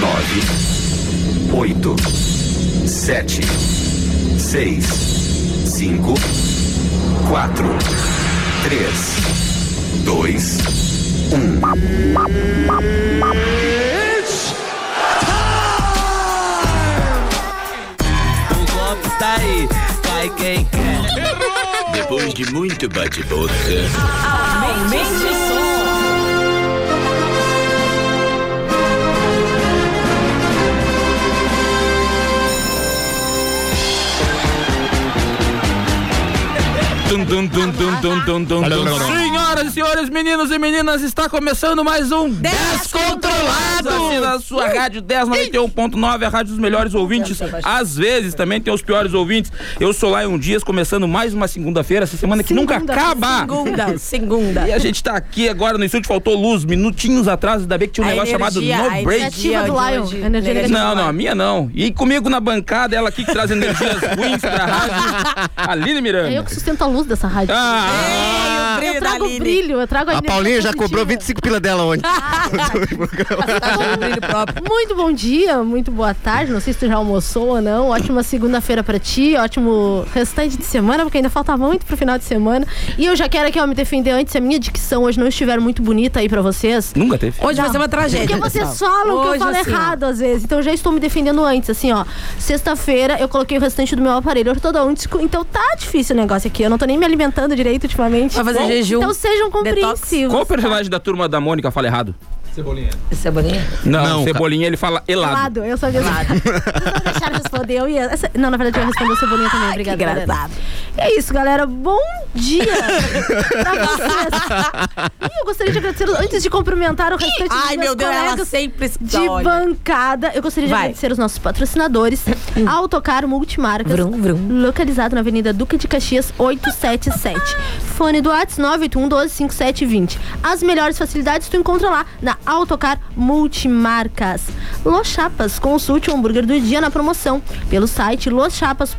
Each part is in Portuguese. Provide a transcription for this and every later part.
Nove, oito, sete, seis, cinco, quatro, três, dois, um. O golpe está tá aí, vai quem quer. Depois de muito bate-boca, Aumente o som. Dum, dum, dum, dum, dum, dum, dum, dum. Senhoras e senhores, meninos e meninas, está começando mais um Descontrolado! Aqui na sua rádio 1091.9, a rádio dos melhores ouvintes. Às vezes também tem os piores ouvintes. Eu sou lá em um dias, começando mais uma segunda-feira, essa semana que nunca acaba. Segunda, segunda. E a gente tá aqui agora no estúdio, faltou luz, minutinhos atrás, ainda bem que tinha um A negócio energia, chamado a No Break. energia Ativa do de Lion. hoje. Energia Energia Não, do não, Lion. a minha não. E comigo na bancada, ela aqui que traz energias ruins pra rádio, Aline Miranda. É eu que sustento a luz dessa rádio. Ah! Ei, o brilho eu da trago Aline. brilho, eu trago a A energia Paulinha já positiva. cobrou 25 pila dela ontem. Brilho próprio. Muito bom dia, muito boa tarde. Não sei se tu já almoçou ou não. Ótima segunda-feira pra ti, ótimo restante de semana, porque ainda falta muito pro final de semana. E eu já quero aqui, ó, me defender antes. Se a minha dicção hoje não estiver muito bonita aí pra vocês, Nunca teve. Hoje vai ser uma tragédia. Porque vocês pessoal. falam que eu Hoje, falo assim, ó. errado às vezes. Então eu já estou me defendendo antes, assim, ó. Sexta-feira eu coloquei o restante do meu aparelho ortodôntico, então tá difícil o negócio aqui. Eu não tô nem me alimentando direito ultimamente. Vai fazer Então, jejum, Então sejam detox. compreensivos. Qual personagem da turma da Mônica fala errado? Cebolinha? é Não, Não, Cebolinha ele fala helado. Lado, eu sabia. Vocês não deixaram responder. Eu ia. essa- Não, na verdade eu respondi o Cebolinha também. Obrigada. galera. engraçado. É isso, galera. Bom dia pra vocês. E eu gostaria de agradecer, antes de cumprimentar o restante dos Ai, meus meu Deus, ela colegas, sempre se de bancada. Eu gostaria de Vai. agradecer os nossos patrocinadores. Autocar Multimarcas. Vrum, vrum. Localizado na Avenida Duque de Caxias, 877. Fone do Whats 981 12 5720. As melhores facilidades tu encontra lá na Autocar Multimarcas. Los Chapas, consulte o hambúrguer do dia na promoção pelo site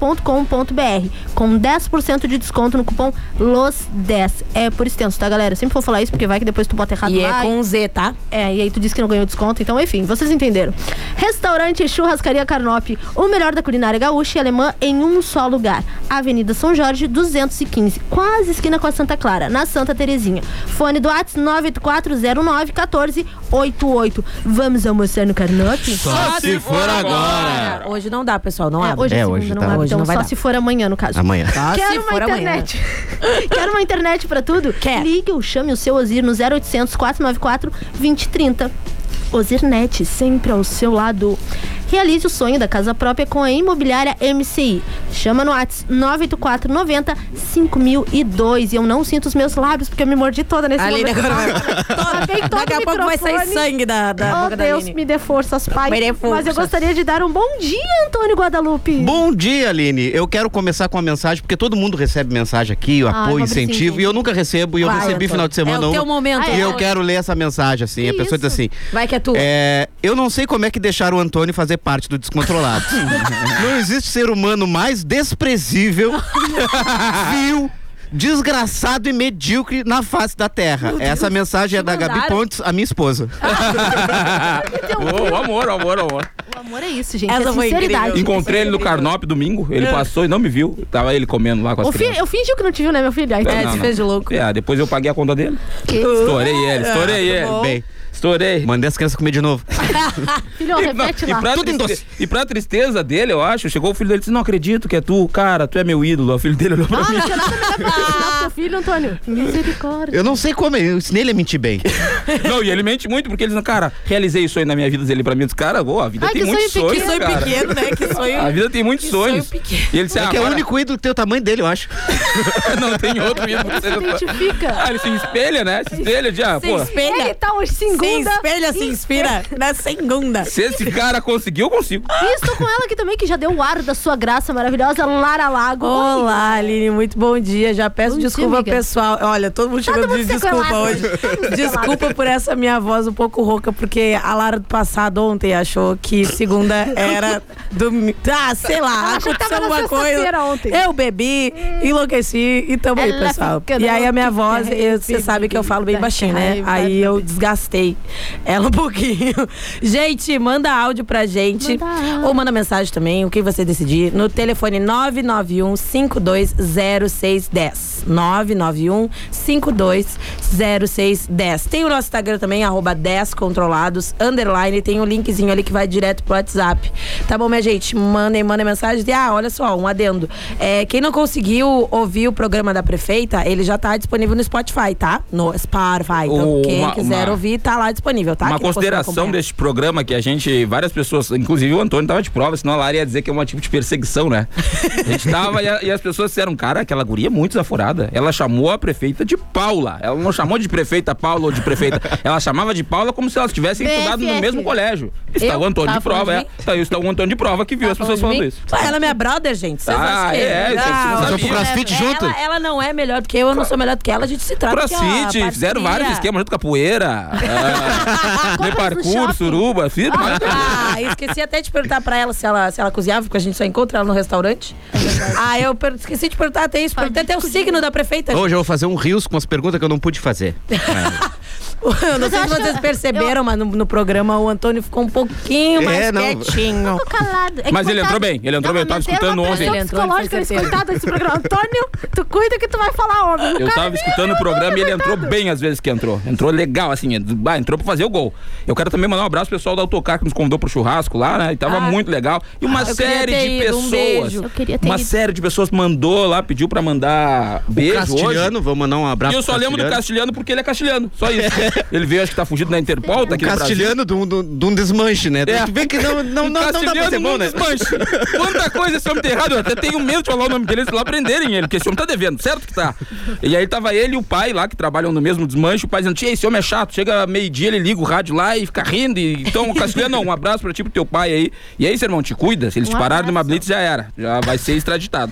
loschapas.com.br com 10% de desconto no cupom LOS10. É por extenso, tá, galera? Eu sempre vou falar isso porque vai que depois tu bota errado E é lá. e- com Z, tá? é, e aí tu disse que não ganhou desconto, então enfim, vocês entenderam. Restaurante Churrascaria Carnop, o melhor da culinária gaúcha e alemã em um só lugar. Avenida São Jorge, 215, quase esquina com a Santa Clara, na Santa Terezinha. Fone do Whats 984091488. Vamos almoçar no Carnop? Só Tá, se for Cara, hoje não dá, pessoal, não É, abre. hoje é, É, segunda, hoje não tá. abre, Hoje então não vai só dar. se for amanhã, no caso. Amanhã. Ah, se Quero uma for amanhã. internet. Quero uma internet pra tudo? Quer. Ligue ou chame o seu Ozir no 0800 494 2030. Ozirnet, sempre ao seu lado. Realize o sonho da casa própria com a imobiliária MCI. Chama no Whats 984 90 5002. E eu não sinto os meus lábios, porque eu me mordi toda nesse A Aline momento. agora vai. Acabei todo Daqui a o pouco vai sair microfone. sangue da, da Oh, boca da Deus, Aline. me dê forças, Pai. Me dê Mas eu forças. gostaria de dar um bom dia, Antônio Guadalupe. Bom dia, Aline. Eu quero começar com uma mensagem, porque todo mundo recebe mensagem aqui, o Ah, apoio, Robertinho. incentivo, e eu nunca recebo, e eu Vai, recebi Antônio. final de semana É o teu uma, Ah, momento, E é eu hoje. quero ler essa mensagem, assim. a Que pessoa diz isso? assim. Vai que é tu. É, eu não sei como é que deixaram o Antônio fazer parte do descontrolado. não existe ser humano mais desprezível, vil, desgraçado e medíocre na face da Terra. Essa mensagem é te da Gabi mandaram. Ah. Pontes, a minha esposa. Ô, amor, amor, amor. O amor é isso, gente. Essa é foi sinceridade. incrível. Encontrei ele no Carnop domingo, ele passou e não me viu. Tava ele comendo lá com O as fi, crianças. eu fingi que não te viu, né, meu filho? Ai, É, tá. se fez de louco. É, depois eu paguei a conta dele. Estourei ele, estourei Ah, tá bom. ele. Bem, Estourei. mandei as crianças comer de novo. Filho, E, não, repete lá. e, pra Tudo em triste- doce. e pra tristeza dele, eu acho, chegou o filho dele e disse: Não acredito que é tu, cara, tu é meu ídolo. O filho dele olhou pra Ah, mim. não tinha nada melhor pra ensinar pro teu filho, Antônio. Misericórdia. Eu não sei como, é, eu ensinei ele a mentir bem. Não, e ele mente muito, porque ele diz: Cara, realizei o sonho na minha vida. Ele pra mim disse: Cara, boa, a vida Ai, tem que muitos sonho sonhos. pequeno. Que sonho cara. pequeno, né? Que sonho. A vida tem muitos Que sonho sonhos. pequeno. E ele disse: É ah, que é o agora- único ídolo que tem o tamanho dele, eu acho. não tem outro mesmo. que Se seja- identifica. Ah, ele se espelha, né? Se espelha de, ah, Se pô. espelha. Ele tá hoje segunda. Se espelha, se inspira na segunda. Se esse cara conseguiu, eu consigo. E estou com ela aqui também, que já deu o ar da sua graça maravilhosa, Lara Lago. Olá, Aline, muito bom dia. Já peço Bom dia, desculpa, amiga. Tá pessoal. Olha, todo mundo chegando Todo de mundo desculpa sequelado. hoje. Desculpa por essa minha voz um pouco rouca, porque a Lara do passado ontem achou que segunda era domingo. Ah, sei lá, achou que tava aconteceu na alguma coisa. sexta-feira ontem. Eu bebi, enlouqueci e tamo aí, Ela pessoal. fica E aí a minha louca, voz, é, você sabe que eu falo bem baixinho, né? Ai, vai Aí eu desgastei. Ela um pouquinho. Gente, manda áudio pra gente. Manda áudio. Ou manda mensagem também, o que você decidir. No telefone 991 520610. 991 520610. Tem o nosso Instagram também, arroba 10 controlados, underline. Tem um linkzinho ali que vai direto pro WhatsApp. Tá bom, minha gente? Mandem, mandem mensagem. E, Ah, olha só, um adendo. É, quem não conseguiu ouvir o programa da prefeita, ele já tá disponível no Spotify, tá? No Spotify. Então, Uma- quem quiser uma- ouvir, tá lá disponível, tá? Uma Quem não conseguiu consideração acompanhar. deste programa que a gente, várias pessoas, inclusive o Antônio tava de prova, senão a Lara ia dizer que é um tipo de perseguição, né? A gente tava e, a- e as pessoas disseram, cara, aquela guria é muito desaforada. Ela chamou a prefeita de Paula. Ela não chamou de prefeita Paula ou de prefeita. Ela chamava de Paula como se elas tivessem estudado no BFF. mesmo colégio. Está Eu? o Antônio Tava de prova, falando é. de Tá Tá, está o Antônio de prova que viu as pessoas Tá falando de falando mim? isso. Ué, ela é minha brother, gente. Vocês Ah, acham que... é, isso vocês não Não, sabiam. Foi pro crossfit junto? Ela, ela não é melhor do que eu, eu não sou melhor do que ela, a gente se trata. Tá aqui, ó, Crossfit, fizeram parceria. vários esquemas junto com capoeira, ah, Compras no parkour, shopping. suruba, fiz Ah, esqueci até de perguntar pra ela se ela, se ela cozinhava, porque a gente só encontra ela no restaurante. ah, eu per- esqueci de perguntar até isso, perguntei até o signo da prefeita. Hoje eu vou fazer um rios com as perguntas que eu não pude fazer. Eu não sei Mas eu se acho que vocês eu- perceberam, mas no, no programa o Antônio ficou um pouquinho mais É, não. quietinho. Tô calado. É que Mas ele coitado- entrou bem, ele entrou bem, eu tava mas tem uma escutando ontem. pressão Ele entrou, ele foi psicológica nesse certeiro. coitado desse programa. Antônio, tu cuida que tu vai falar, homem. Eu O cara tava nem- escutando o programa e ele entrou bem às vezes que entrou. Entrou legal, assim, ent- bah, entrou pra fazer o gol. Eu quero também mandar um abraço pro pessoal da Autocar que nos convidou pro churrasco lá, né? E tava Ah. muito legal. E uma Ah, eu queria série ter de ido, um pessoas. beijo. Eu queria ter uma ido. série de pessoas mandou lá, pediu pra mandar beijo. Castilhano, vamos mandar um hoje. E abraço eu só pro lembro do Castilhano porque ele é castilhano, só isso. ele veio, acho que tá fugido na Interpol, tá aqui no Brasil. Castilhano de um, de um- de um desmanche, né? É. Tu vê que não, não, Um não, não dá pra ser castelhano bom, né? num desmanche. Quanta coisa esse homem tem errado. Eu até tenho medo de falar o nome dele se lá prenderem ele, porque esse homem tá devendo, certo que tá. E aí tava ele e o pai lá, que trabalham no mesmo desmanche, o pai dizendo, tia, esse homem é chato, chega meio-dia, ele liga o rádio lá e fica rindo. E... Então, Castelhano, um abraço pra ti, pro teu pai aí. E aí, seu irmão, te cuida. Se eles Um te pararem numa abraço. blitz, já era. Já vai ser extraditado.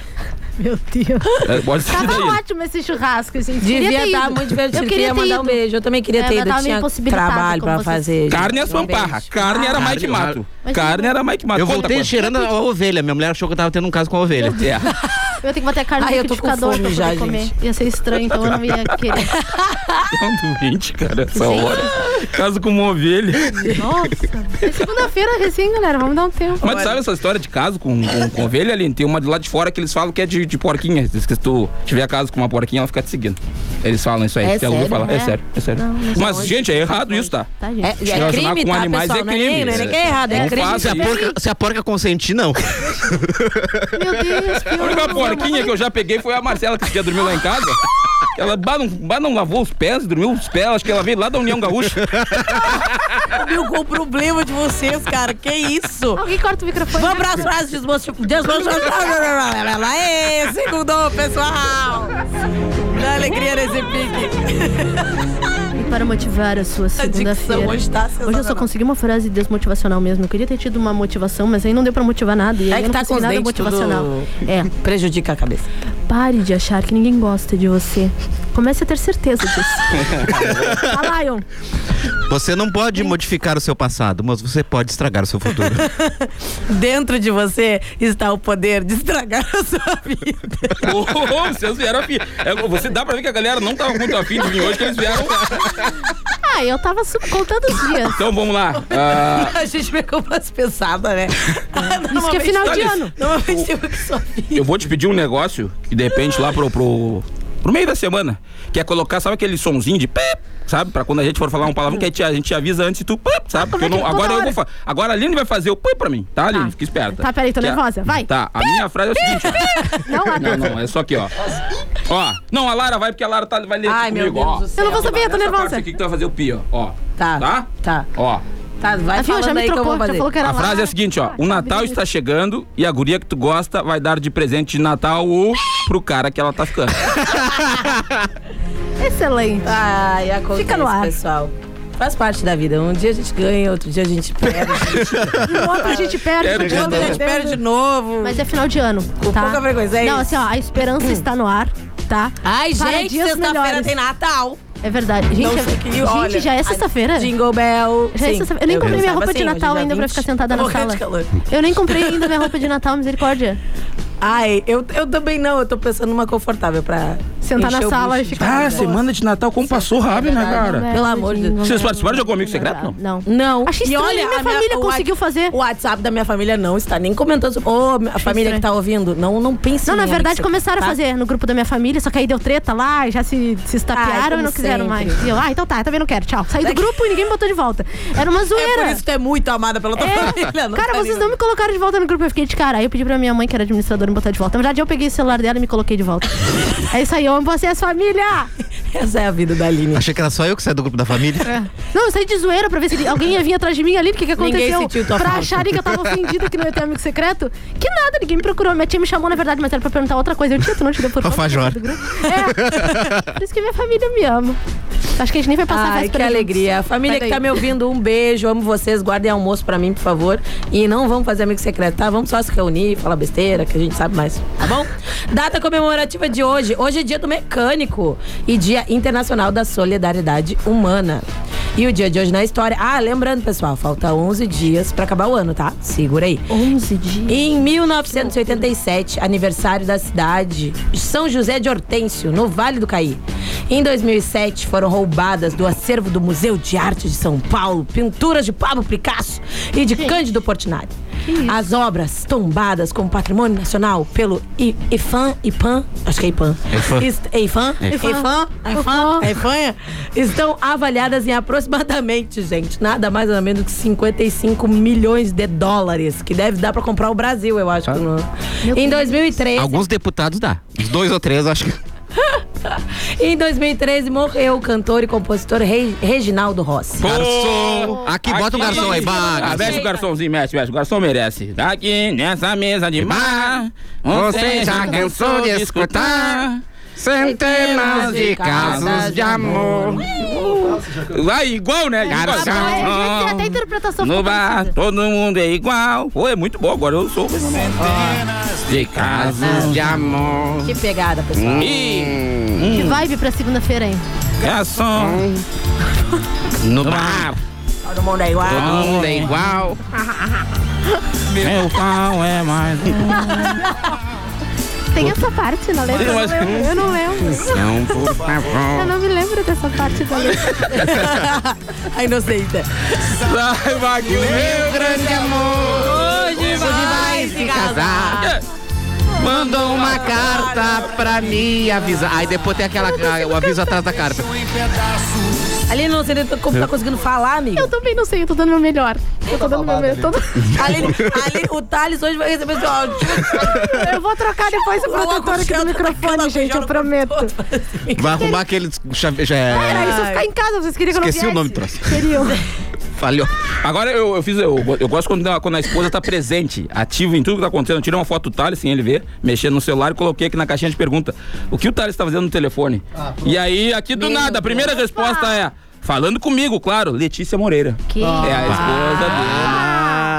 Meu Deus. É, pode ser Tava daí. ótimo esse churrasco, assim. Devia Queria ter estar ido. muito divertido. Eu queria ter mandar ido. um beijo. Eu também queria É, ter mas ido. tava meio Tinha impossibilitada, trabalho pra como vocês- fazer. Carne é gente. Um fanfarra. beijo. Carne era mais de Carne, mato. Mas Carne eu- era mais de mato. Eu Conta, voltei conta. cheirando a ovelha. Minha mulher achou que eu tava tendo um caso com a ovelha. É. Eu tenho que botar carne Ai, no eu tô com liquidificador pra fome poder já, comer. gente. Ia ser estranho, então eu não ia querer. Então, doente, cara, essa hora. Caso com uma ovelha. Nossa. É segunda-feira recém, galera. Vamos dar um tempo. Mas tu sabe essa história de caso com, com, com ovelha, Aline? Tem uma de lá de fora que eles falam que é de, de porquinha. Diz que se tu tiver caso com uma porquinha, ela fica te seguindo. Eles falam isso aí. É Você já ouviu sério? falar? É. É? sério, é sério. Não, mas mas, hoje- gente, é errado isso, tá? Tá, gente. É, é Relacionar crime, com tá, animais pessoal? é não é nem- crime. não é nem que é errado, é Não crime. faz Se a, porca, se a porca consentir, não. Meu Deus, pior. A única porquinha que eu já peguei foi a Marcela, que esse dia dormiu lá em casa. Ela bah, não, bah, não lavou os pés, dormiu os pés, acho que ela veio lá da União Gaúcha. Meu, qual o problema de vocês, cara? Que isso? Alguém corta o microfone. né? Vamos para as frases desmanchadas. Aê, segundou, pessoal! Dá alegria nesse pique. E para motivar a sua A dicção segunda-feira. hoje tá Hoje eu só consegui uma frase desmotivacional mesmo. Eu queria ter tido uma motivação, mas aí não deu pra motivar nada. E É aí que eu não tá consegui com os nada dentes motivacional. tudo- É, Prejudica a cabeça. pare de achar que ninguém gosta de você. Comece a ter certeza disso. Vai, Lion. Você não pode modificar o seu passado, mas você pode estragar o seu futuro. Dentro de você está o poder de estragar a sua vida. Ô, ô, ô, vocês vieram afim. É, você dá pra ver que a galera não tava muito afim de vir hoje, que eles vieram. Ah, eu tava su- contando os dias. Então vamos lá. Ah, A gente pegou umas pensadas, né? Isso que é final de Olha, ano. Normalmente tem uma que só vi. Eu vou te pedir um negócio que de repente lá pro, pro, pro meio da semana, que é colocar, sabe aquele sonzinho de pep, sabe? Pra quando a gente for falar um palavrão que a gente, a gente avisa antes e tu, pep, sabe? Porque eu não, Como é que é? agora eu Toda vou fa- Agora a Aline vai fazer o pep pra mim, tá, Aline? Fica esperta. Tá, peraí, tô Que a- nervosa. Vai. Tá, a minha frase é o seguinte. Não, ó. Lion. Não, não, é só aqui, ó. Ó, não, a Lara vai porque a Lara tá, vai ler Ai, aqui meu comigo, Deus ó. do Eu céu. não vou saber, eu tô Essa parte nervosa. aqui que tu vai fazer o pi, ó. ó. Tá. Tá? Tá. Ó. Tá, vai A Fio já falando me aí que Ah, eu trocou, vou já fazer. falou que era A frase é a seguinte, ó. O Natal está chegando e a guria que tu gosta vai dar de presente de Natal o pro cara que ela tá ficando. Excelente. Ah, Ai, acontece, é- Fica no ar. pessoal. Faz parte da vida. Um dia a gente ganha, outro dia a gente perde. Um Outro a gente perde. Um Quero outro de outro dia a gente perde de novo. Mas é final de ano, tá? pouca vergonha, é Não, isso. Hum. assim, ó, a esperança está no ar, tá? Ai, Para gente, dias sexta-feira melhores. tem Natal. É verdade. Gente, Não é- sei que- gente, olha, já é a- sexta-feira? Jingle Bell. Já é Sim, sexta-feira. Eu nem comprei minha pensava roupa de assim, hoje Natal dia ainda pra 20. ficar sentada na Tô morrendo sala. de calor. Eu nem comprei ainda minha roupa de Natal, misericórdia. Ai, eu, eu também não. Eu tô pensando numa confortável pra Sentar Encher na o sala e bucho de ficar. Ah, semana de Natal, como passou rápido, né, é cara? Pelo amor de Deus. Vocês participaram de algum amigo secreto, não? Não. Não. Achei e estranho, olha, minha a família o conseguiu wa- fazer. O WhatsApp da minha família não está nem comentando. sobre- Ô, a família que estranho. tá ouvindo, não, não pense Não, na em verdade homem, começaram é tá? a fazer no grupo da minha família, só que aí deu treta lá, e já se, se Ai, estapearam como e não quiseram sempre. mais. E eu, ah, então tá, eu também não quero, tchau. Saí do grupo e ninguém me botou de volta. Era uma É zoeira. por isso que tu é muito amada pela tua família. Cara, tá vocês nem- não me colocaram de volta no grupo, eu fiquei de cara. Aí eu pedi pra minha mãe, que era administradora, me botar de volta. Na verdade, eu peguei o celular dela e me coloquei de volta. é isso aí, eu amo vocês, família! Essa é a vida da Aline. Achei que era só eu que saí do grupo da família. É. Não, eu saí de zoeira pra ver se alguém ia vir atrás de mim ali. O que, que Ninguém aconteceu? sentiu tua pra falta. acharem que eu tava ofendida, que não ia ter amigo secreto. Que nada, ninguém me procurou. Minha tia me chamou, na verdade, mas era pra perguntar outra coisa. Eu tinha, tu não te deu por Pra favor. Fajor. É. Por isso que minha família me ama. Acho que a gente nem vai passar Ai, mais que alegria. Família que tá me ouvindo, um beijo. Amo vocês. Guardem almoço pra mim, por favor. E não vamos fazer amigo secreto, tá? Vamos só se reunir, falar besteira, que a gente sabe mais, tá bom? Data comemorativa de hoje. Hoje é dia do mecânico e dia internacional da solidariedade humana. E o dia de hoje na história. Ah, lembrando, pessoal, falta 11 dias pra acabar o ano, tá? Segura aí. 11 dias. Em 1987, aniversário da cidade de São José de Hortêncio, no Vale do Caí. Em 2007, foram roubadas do acervo do Museu de Arte de São Paulo pinturas de Pablo Picasso e de Cândido Portinari. As obras tombadas como patrimônio nacional pelo I- IFAM, IPAM, acho que é IPAM. IFAM. Ist- é IFAM? IFAM. IFAM? IFAM? IFAM? É Estão avaliadas em aproximadamente, gente, nada mais nada menos que 55 milhões de dólares, que deve dar pra comprar o Brasil, eu acho. que não. Em 2013, Alguns deputados dá. Uns dois ou três, eu acho que. em 2013 morreu o cantor e compositor Rei- Reginaldo Rossi. Garçom! Aqui, bota um garçom aí, Ah, baga. mexe o garçomzinho, mexe, mexe. O garçom merece. Tá Aqui nessa mesa de mar, Você já cansou de escutar centenas de casos de amor. Lá igual, né? Garçom. Igual. Ah, mas vai ser até a interpretação No ficou bar, parecida. todo mundo é igual. Pô, é muito bom, agora eu sou. né? De casos de amor. Que pegada, Hum. pessoal. E Que vibe pra segunda-feira, hein? garçom. No No bar. bar, Todo mundo é igual. todo mundo é igual. Meu pau é mais. Tem essa parte na letra? Eu não lembro. Eu não lembro. Não, por favor. Eu não me lembro dessa parte da letra. A inocente. Saiba que o meu grande amor Hoje vai se casar. Mandou uma carta pra me avisar. Aí depois tem aquela. ah, o aviso atrás da carta. Aline, não sei nem como tá conseguindo falar, amiga. Eu também não sei, eu tô dando meu melhor. Eu tô dando meu melhor. Tô- Aline, Aline, o Thales hoje vai receber seu áudio. Eu vou trocar depois o Coloca o protetor aqui gel do na microfone, tela, gente, gel eu no prometo. Vai arrumar aquele. chave- já é- Era isso ficar em casa, vocês queriam que eu não Esqueci o viesse? nome do troço. Queriam. Falhou. Agora eu, eu fiz, eu, eu gosto quando, a- quando a esposa tá presente, ativa em tudo que tá acontecendo. Eu tirei uma foto do Thales sem ele ver, mexendo no celular e coloquei aqui na caixinha de pergunta o que o Thales tá fazendo no telefone. Ah, e aí, aqui do nada, a primeira resposta é. Falando comigo, claro, Letícia Moreira. Que- É a esposa dele.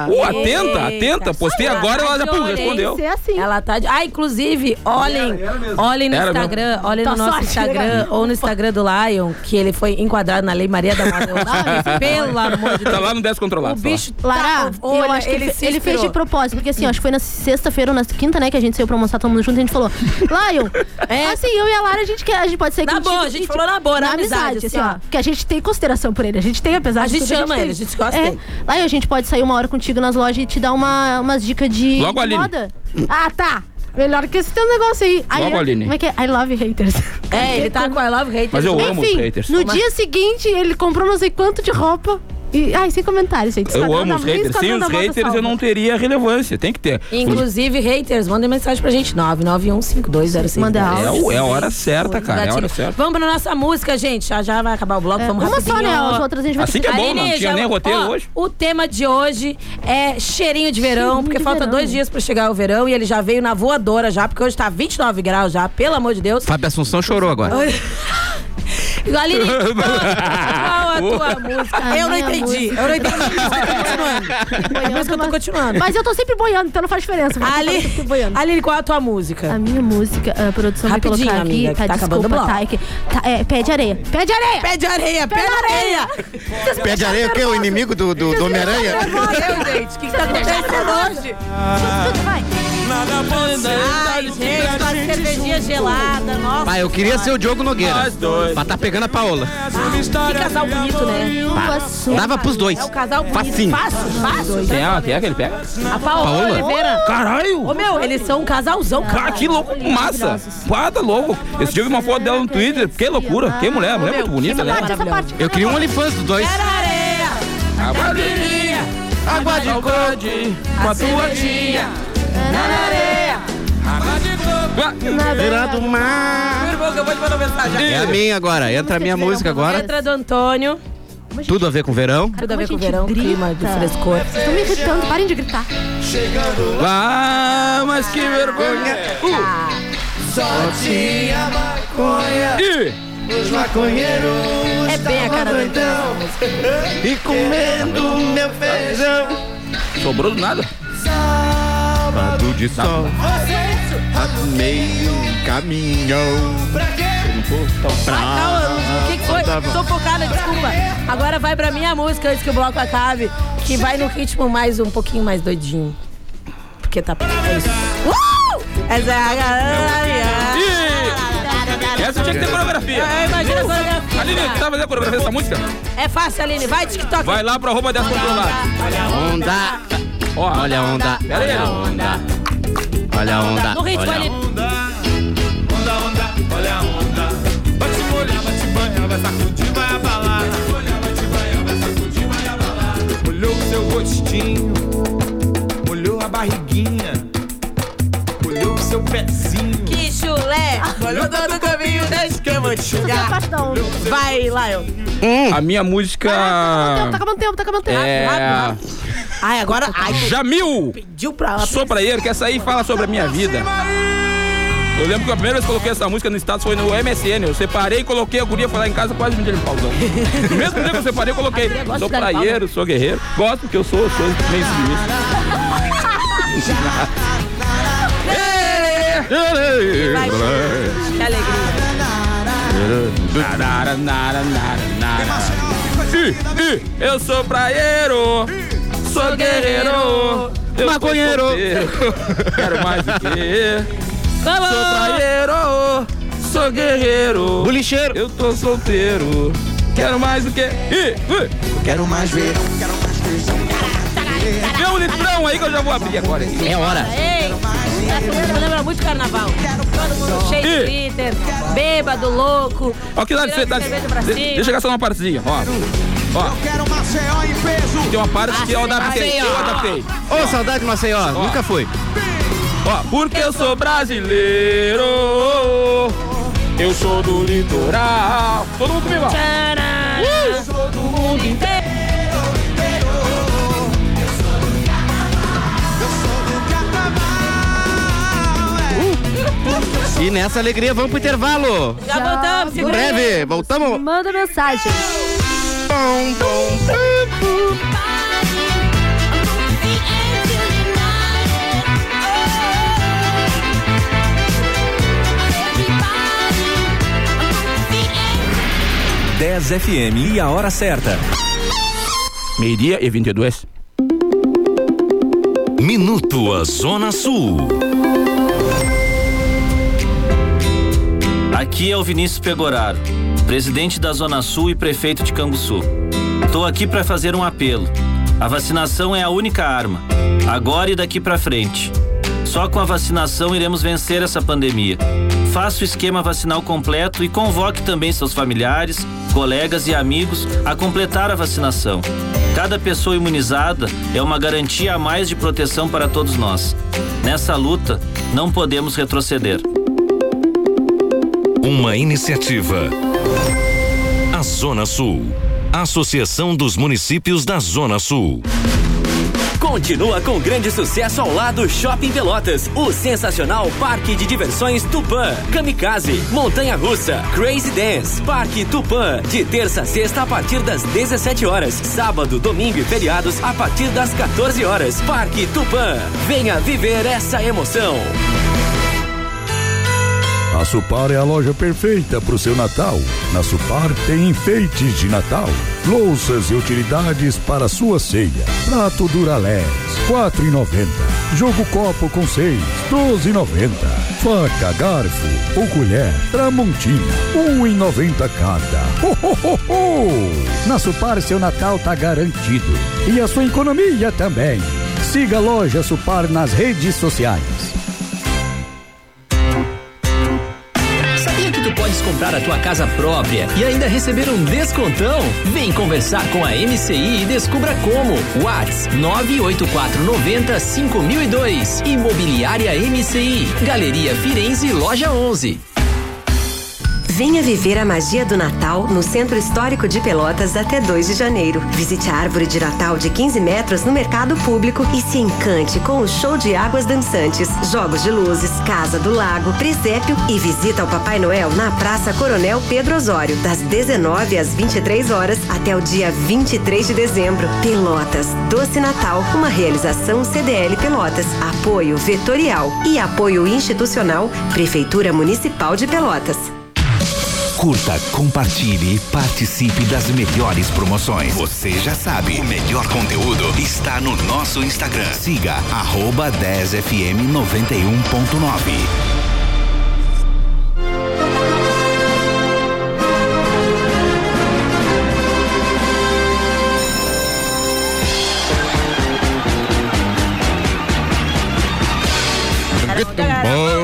Pô, atenta, Ah, Eita, atenta. Postei olha, agora, ela já pum, olha, respondeu. Ser assim. Ela tá. de- Ah, inclusive, olhem, olhem no Era mesmo. Instagram, olhem Tua no nosso sorte, né? Instagram legal. ou no Instagram do Lion, que ele foi enquadrado na Lei Maria da Madonna. Pelo amor de Deus. Tá lá no 10 O controlado. bicho tá. Lara, olha, eu acho que ele, se ele fez de inspirou. propósito, porque assim, ó, acho que foi na sexta-feira ou na quinta, né, que a gente saiu pra almoçar todo mundo junto e a gente falou, Lion, é. assim, eu e a Lara, a gente, quer, a gente pode ser Na contigo boa, a gente e- tipo, falou na boa, na amizade, assim, ó. Que a gente tem consideração por ele, a gente tem, apesar A de gente tudo, ama tem. ele, a gente gosta é. dele. Lion, a gente pode sair uma hora contigo nas lojas e te dar uma, umas dicas de, Logo, de Aline. moda. Ah, tá. Melhor que esse teu negócio aí. I- Logo, Aline. Como é que é? I love haters. É, ele tá com I Love Haters. Mas eu amo os Enfim, haters. no dia seguinte, ele comprou não sei quanto de roupa. E, ai, sem comentários, gente. Eu Instagram amo da- os haters. Instagram Sem os da moda haters eu salva. não teria relevância. Tem que ter. Inclusive, haters, mandem mensagem pra gente. 991520610. Manda áudio. É, o- é a hora certa, cara. É a hora certa. Vamos pra nossa música, gente. Já, já vai acabar o bloco. É, Vamos uma só, né? rapidinho. As outras a gente vai Assim ter que é bom, não tinha já- nem roteiro ó, hoje. O tema de hoje é cheirinho de verão, Cheirinho porque de falta verão. dois dias pra chegar o verão e ele já veio na voadora já, porque hoje tá 29 graus já, pelo amor de Deus. Fábio Assunção chorou agora. Aline, qual a tua música? A Eu não minha entendi. música. Eu não entendi. Por isso que eu tô continuando. É por isso que eu tô continuando. Mas eu tô sempre boiando, então não faz diferença. mas Eu tô sempre Aline, boiando. Aline, qual a tua A música? minha música, a produção vai Rapidinho, colocar aqui. amiga, que tá acabando o desculpa, bloco. tá, é que- tá, é, pede areia. Pede areia! Pé de areia, pé de areia. Pé de areia, que é o inimigo do, do, do Homem-Aranha? Meu Deus, gente, o que, que tá acontecendo hoje? Tudo, tudo, vai. Na Ai, gente, com a cervejinha gelada, nossa. Pai, eu queria ser o Diogo Nogueira. Nós dois. Pra tá pegando a Paola. Que É casal bonito, né? Dava pros dois. É o casal bonito. Facinho. Fácil, fácil. Quem é, quem é que ele pega? A Paola, Paola? Oliveira. Ô, Caralho! meu, eles são um casalzão, Cara, cara. que louco, massa! Pá, tá louco! Esse dia eu vi uma foto dela no Twitter, que loucura! Que mulher, mulher muito bonita, né? Essa parte. Eu queria um OnlyFans dos dois. Era areia, Água areia, água de coco, com a tua tia. areia. Ah, Beira do mar. Eu vou te mandar mensagem. É a minha agora. Entra a minha música agora. Letra do Antônio. Tudo a ver com verão. Tudo a como ver a com o gente verão, grita. clima de frescor. Vocês estão me irritando, parem de gritar. Ah, mas que vergonha! Só tinha maconha. É bem a cara do Antônio. E comendo meu feijão. Ih, sobrou do nada. Tá. Sábado de sol. A meio caminhão. Ah, Calma, o que que foi? tá Tô focada, desculpa. Agora vai pra minha música antes que o bloco acabe, que vai no ritmo mais um pouquinho mais doidinho. Porque tá é isso. Uh! Essa é a galera. Ih, Essa tinha que ter coreografia. É, imagina a coreografia. Aline, tu tá fazendo a coreografia dessa música? É fácil, Aline. Vai, TikTok. Vai lá pra roupa descontrolada. Onda. um Ó, Olha a onda. Pera aí. Olha a onda. Olha a onda. No ritmo, Olha a Aline. onda. Olhou o seu rostinho, olhou a barriguinha, olhou o seu pezinho. Que chulé. Olhou todo caminho desde que eu vou te Essa chegar. é parte da onda. Vai, Lion. Hum. A minha Tempo, Tá música acabando o tempo, tá acabando o tempo. é... Ai, agora... Ai, tu Jamil! pediu pra ela. Sou pra ele, quer sair e fala sobre a minha vida. Eu lembro que a primeira vez que eu coloquei essa música no status foi no MSN. Eu separei, coloquei a guria, falar em casa, quase me deu um pauzão. No mesmo dia que eu separei, eu coloquei. guria gosta Sou de né?" dar praieiro, sou guerreiro. Gosto porque eu sou, eu sou meio Vai, Que alegria. sinistro. Narara, narara, narara. Ih, ih, Eu sou praieiro, sou guerreiro, eu Maconheiro. sou solteiro. Quero mais do que. Sou Vamos. praieiro, sou guerreiro. Bulicheiro. Eu tô solteiro. Quero mais do que. Ih, ui. Quero mais ver. Vê um litrão aí que eu já vou abrir agora. aqui. É hora. Ei, essa música lembra muito carnaval. Todo mundo cheio de Ih. glitter, bêbado, louco. Ó, que dá de, Tirando dá cerveja pra de, cima. Deixa eu gastar uma partezinha, ó. Ó, Quero Maceió em peso. tem uma parte que é eu adaptei. Maceió. Eu adaptei. Ô, saudade de Maceió. Nunca fui. Ó, porque eu sou brasileiro. Eu sou do litoral. Todo mundo comigo, ó. Tcharam. Todo mundo inteiro. E nessa alegria vamos pro intervalo. Já voltamos, Em segura aí. breve, voltamos. Manda mensagem. Everybody, 10 FM e a hora certa. Meio-dia e 22. Minuto a Zona Sul. Aqui é o Vinícius Pegoraro, presidente da Zona Sul e prefeito de Canguçu. Estou aqui para fazer um apelo. A vacinação é a única arma, agora e daqui para frente. Só com a vacinação iremos vencer essa pandemia. Faça o esquema vacinal completo e convoque também seus familiares, colegas e amigos a completar a vacinação. Cada pessoa imunizada é uma garantia a mais de proteção para todos nós. Nessa luta, não podemos retroceder. Uma iniciativa. A Zona Sul. Associação dos Municípios da Zona Sul. Continua com grande sucesso ao lado Shopping Pelotas, o sensacional Parque de Diversões Tupã, Kamikaze, Montanha Russa, Crazy Dance, Parque Tupã, de terça a sexta a partir das 17 horas, sábado, domingo e feriados a partir das 14 horas. Parque Tupã, venha viver essa emoção. A Supar é a loja perfeita para o seu Natal. Na Supar tem enfeites de Natal, louças e utilidades para a sua ceia. Prato Duralex, R$ 4,90. Jogo copo com 6, 12,90. Faca, garfo ou colher, Tramontina, 1,90 cada. Ho, ho, ho, ho! Na Supar seu Natal tá garantido e a sua economia também. Siga a loja Supar nas redes sociais. Sabia que tu podes comprar a tua casa própria e ainda receber um descontão? Vem conversar com a MCI e descubra como. Whats 98490 5002. Imobiliária MCI. Galeria Firenze, Loja 11. Venha viver a magia do Natal no Centro Histórico de Pelotas até 2 de janeiro. Visite a árvore de Natal de 15 metros no mercado público e se encante com o show de águas dançantes, jogos de luzes, casa do lago, presépio e visita ao Papai Noel na Praça Coronel Pedro Osório, das 19 às 23 horas até o dia 23 de dezembro. Pelotas, Doce Natal, uma realização CDL Pelotas, apoio vetorial e apoio institucional Prefeitura Municipal de Pelotas. Curta, compartilhe e participe das melhores promoções. Você já sabe, o melhor conteúdo está no nosso Instagram. Siga arroba 10fm91.9. Tô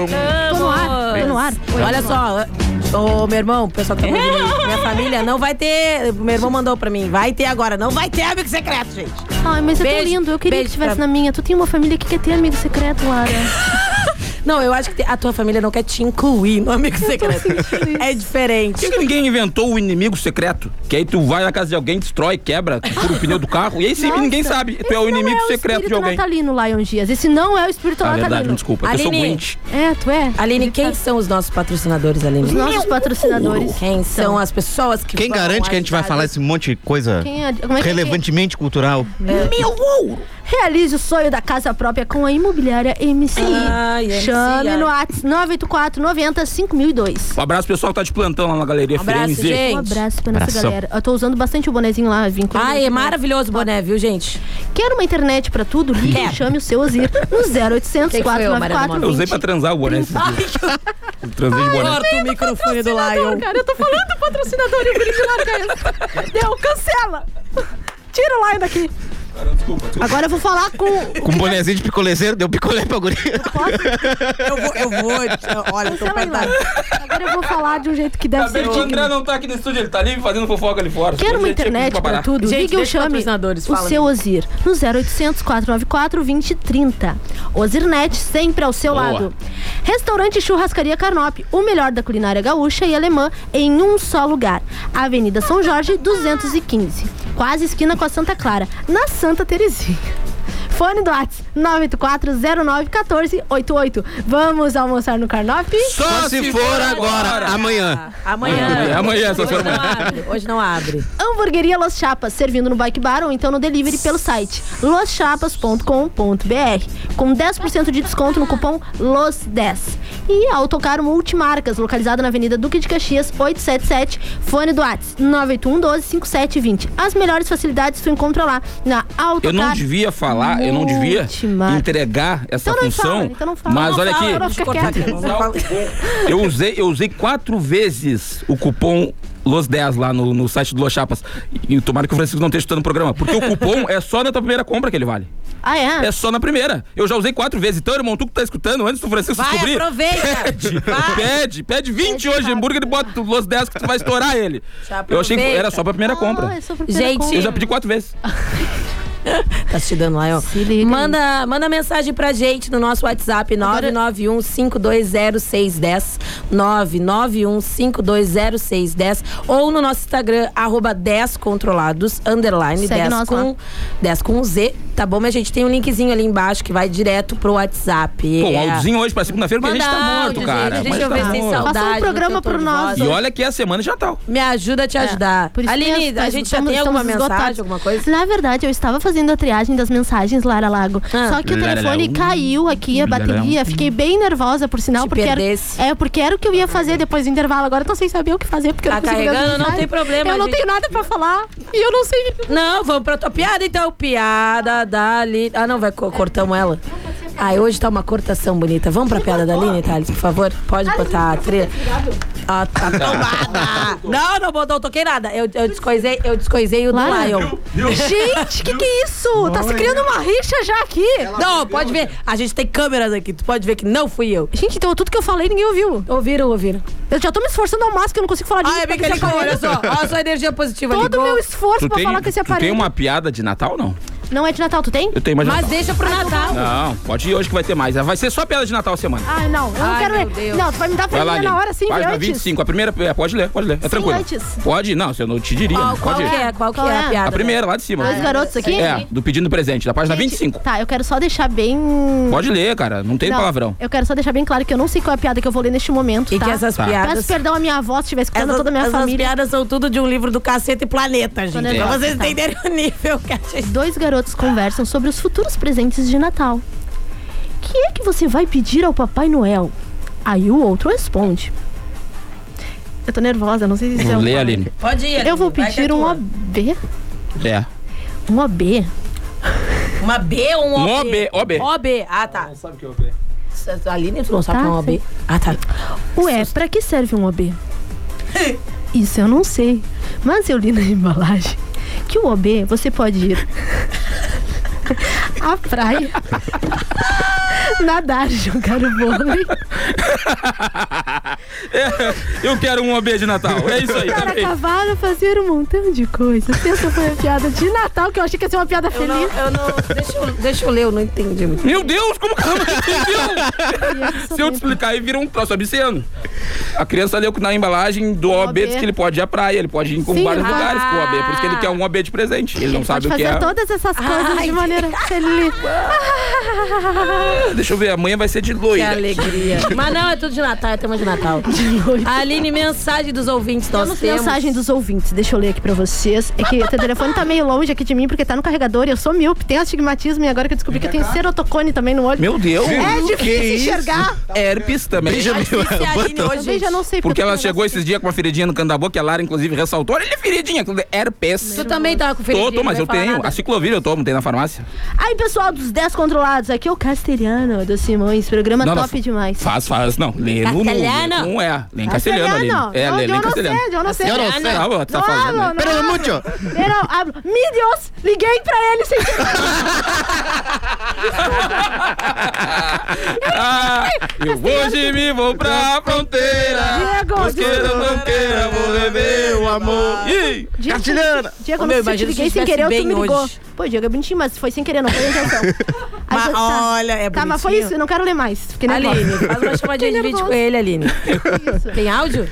no ar, tô no ar. Olha só. Ô, meu irmão, o pessoal tá ouvindo aí. Minha família não vai ter. Meu irmão mandou pra mim. Vai ter agora. Não vai ter amigo secreto, gente. Ai, mas é tão Beijo, lindo. Eu queria beijo que tivesse pra- na minha. Tu tem uma família que quer ter amigo secreto, Lara. Não, eu acho que te- a tua família não quer te incluir no amigo secreto. É Por diferente. que, que ninguém inventou o inimigo secreto? Que aí tu vai na casa de alguém, destrói, quebra, fura o pneu do carro, e aí sim Nossa, ninguém sabe. Tu é o esse não inimigo é o secreto de espírito alguém. natalino, Lion Dias. Esse não é o espírito Ah, natalino. verdade, me desculpa, é que eu sou doente. É, tu é. Aline, quem são os nossos patrocinadores, Aline? Os nossos patrocinadores. Quem são as pessoas que Quem vão garante que a gente vai ajudar falar esse monte de coisa Quem é- como é que- relevantemente cultural? Meu ouro! Realize o sonho da casa própria com a imobiliária MCI. Ai, Chame MCI. no WhatsApp 984 90 5002. Um abraço pessoal que tá de plantão lá na galeria Firenze. Um abraço pra nossa Abração. galera. Eu tô usando bastante o bonezinho lá, vinculado. Ai, é maravilhoso o Tá. boné, viu, gente? Quer uma internet pra tudo? Ligue e chame o seu Ozir no 0800 494 Eu usei pra transar o boné esses dias. Eu Transei de boné. Corta o microfone do Lion. Cara, eu tô falando do patrocinador e o Felipe larga isso. Deu, cancela. Tira o Lion daqui. Agora eu vou falar com... Com um bonezinho de picolezeiro, deu picolé pra guria. Eu vou, eu vou. Olha, tô apertado. Agora eu vou falar de um jeito que deve Ainda bem ser que o digno. André não tá aqui no estúdio, ele tá ali fazendo fofoca ali fora. Quer Tinha uma que pedir internet pra parar. tudo? Gente, Ligue deixa ou os chame patrocinadores, o fala seu aí. Ozir no 0800 494 2030. Ozirnet sempre ao seu Boa. lado. Restaurante Churrascaria Carnop, o melhor da culinária gaúcha e alemã em um só lugar. Avenida São Jorge, 215. Quase esquina com a Santa Clara, na Santa Terezinha. Fone do Whats 984091488. Vamos almoçar no Carnop? Só se for agora, amanhã. Amanhã. Amanhã, essa Hoje não semana. abre. Hoje não abre. Hamburgueria Los Chapas, servindo no Bike Bar ou então no delivery pelo site loschapas.com.br com 10% de desconto no cupom LOS10. E Autocar Multimarcas, localizada na Avenida Duque de Caxias, 877, fone do Whats 981 12 5720. As melhores facilidades tu encontra lá na Autocar. Eu não devia falar, eu não devia Multimarcas. entregar essa Então não função. fala, então não fala. Mas Não olha fala, aqui, não fica quieta. Eu usei, eu usei quatro vezes o cupom LOS10 lá no, no site do Los Chapas. E tomara que o Francisco não esteja escutando o programa. Porque o cupom é só na tua primeira compra que ele vale. Ah, é? É só na primeira. Eu já usei quatro vezes. Então, irmão, tu que tá escutando, antes do Francisco Vai, descobrir. aproveita. Pede, pede, pede 20 hoje de hambúrguer e bota o Los 10 que tu vai estourar ele. Já Eu achei que aproveita. era só pra primeira compra. é só pra primeira Eu Gente, já pedi quatro vezes. É. tá te dando lá, ó. Manda, manda mensagem pra gente no nosso WhatsApp 991-520610. 991-520610. Ou no nosso Instagram, arroba 10controlados, underline, Segue 10 nós com, lá. 10 com Z, tá bom? Mas a gente tem um linkzinho ali embaixo que vai direto pro WhatsApp. Pô, um É. áudiozinho hoje pra segunda-feira, porque a gente tá Manda morto, áudio, cara. gente, Mas Deixa eu tá ver se tem morto. saudade. Faça um no programa cantor pro de nós. É. voz. E olha que é a semana de Natal. Me ajuda a te ajudar. Por isso Aline, mesmo, a nós gente já estamos- tem alguma estamos esgotados. mensagem, alguma coisa? Na verdade, eu estava fazendo a triagem das mensagens, Lara Lago. Só que o Lara telefone Lago. caiu aqui, a Lara bateria. Fiquei bem nervosa, por sinal, Te porque era, perdesse. é, porque era o que eu ia fazer depois do intervalo. Agora eu tô sem saber o que fazer, porque eu Tá não consigo ver as carregando, não mensagens. tem problema, Eu não gente. tenho nada pra falar e eu não sei. Não, vamos pra tua piada então. Piada dali. Ah, não, vai, co- cortamos ela. Ai, hoje tá uma cortação bonita. Vamos pra piada da Aline, Thales, por favor? Pode botar a trilha. Ah, tá tomada! Não, não botou, toquei nada. Eu, eu descoisei, eu descoisei o do Lara. Lion. Gente, que que é isso? tá se criando uma rixa já aqui. Não, pode ver. A gente tem câmeras aqui, tu pode ver que não fui eu. Gente, então tudo que eu falei ninguém ouviu. Ouviram, ouviram. Eu já tô me esforçando ao máximo que eu não consigo falar disso. Ah, é bem que ele falou, olha só. Olha só a energia positiva. Todo o ligou. meu esforço pra falar com esse tu tem aparelho. uma piada de Natal, não? Não é de Natal, tu tem? Eu tenho mais de Mas Natal. deixa pro Natal. Não, pode ir hoje que vai ter mais. Vai ser só piada de Natal a semana. Ai, não, eu não Ai, quero meu ler. Deus. Não, tu vai me dar pra Vai lá, mim Ah, na Aline. hora, sim, Página antes. 25, a primeira. é, Pode ler, pode ler. É tranquilo. antes. Pode? Não, se eu não te diria. Qual- né? qual pode ir. que é? Qual que Qual é é? a piada? A primeira, lá de cima. Dois garotos aqui? É, do pedindo presente, da página 25. Tá, eu quero só deixar bem. Pode ler, cara. Não tem Não, palavrão. Eu quero só deixar bem claro que eu não sei qual é a piada que eu vou ler neste momento. E tá? que é essas Tá. piadas. Peço perdão à minha avó se estiver escutando Essas, toda a minha essas família. piadas são tudo de um livro do Cacete e Planeta, Tô gente. Pra nervosa, vocês tá? entenderem o nível que a gente. Dois garotos conversam sobre os futuros presentes de Natal. Que é que você vai pedir ao Papai Noel? Aí o outro responde. Eu tô nervosa, não sei se eu. Lê, Aline. Pode ir. Eu vou Vai que é pedir um tua. OB. É. Um OB? Uma B ou um Um OB? OB. OB. Ah, tá. Não sabe o que é OB. Aline, tu não sabe o que é um Tá, OB? Ah, tá. Ué, pra que serve um OB? Isso eu não sei. Mas eu li na embalagem que o OB você pode ir à praia, nadar, jogar o vôlei. Eu quero um OB de Natal. É isso aí. Para também. cavalo fazer um montão de coisas. Essa foi a piada de Natal, que eu achei que ia ser uma piada Eu não, feliz. eu não. Deixa eu, deixa eu ler, eu não entendi muito. Meu Deus, como que ela não entendeu? sou Se eu te explicar, aí vira um troço obsceno. A criança leu que na embalagem do OB diz que ele pode ir à praia, ele pode ir em Um Sim, vários ah. lugares com o OB. Por isso que ele quer um OB de presente. Ele não sabe Pode o que fazer é. todas essas coisas Ai. de maneira feliz. Ah, Deixa eu ver, amanhã vai ser de Que loira. alegria. Mas não, é tudo de Natal, é tema de Natal. Aline, mensagem dos ouvintes, nós Temos temos. mensagem dos ouvintes, deixa eu ler aqui pra vocês. É que o teu telefone tá meio longe aqui de mim, porque tá no carregador e eu sou míope, tenho astigmatismo e agora que eu descobri que eu tenho serotocone também no olho. Meu Deus. É difícil enxergar. Herpes também. Se a Aline Eu hoje. já não sei Porque eu ela tô chegou esses dias com uma feridinha no candabô, que a Lara, inclusive, ressaltou. Olha, ele é feridinha, aquilo é herpes. Tu também tava com Tô, feridinha, tô, mas não eu vai falar tenho. nada. A ciclovir eu tomo, tem na farmácia. Aí, pessoal dos 10 controlados, aqui é o Castelhano do Simões, programa Não, não, top demais. Faz, faz. Não, lê no Castelhano? Não é. Lê em castelhano ali. É, Tá não, lê, lê eu em não castelhano. sei, eu não sei. Eu não sei. Ah, bom, tu tá Não falando, né? abro, Pero não abro. mucho. Eu não abro. Me Deus, liguei pra ele sem Ah, eu hoje me vou pra fronteira. Diego, Ah. Pois queira ou não queira, vou beber o amor. Ih, Diego, Castelhano. Diego, Ô, eu meu, me senti- imagina se liguei eu sem estivesse querer, tu bem me ligou. hoje. Pô, Diego, é bonitinho, mas foi sem querer, não foi a intenção. Aí Mas você tá- olha, é Tá, mas foi bonitinho. isso, eu não quero ler mais. Fiquei Aline, nervosa. faz uma chamadinha de Fiquei vídeo nervosa. com ele, é Aline. Tem áudio?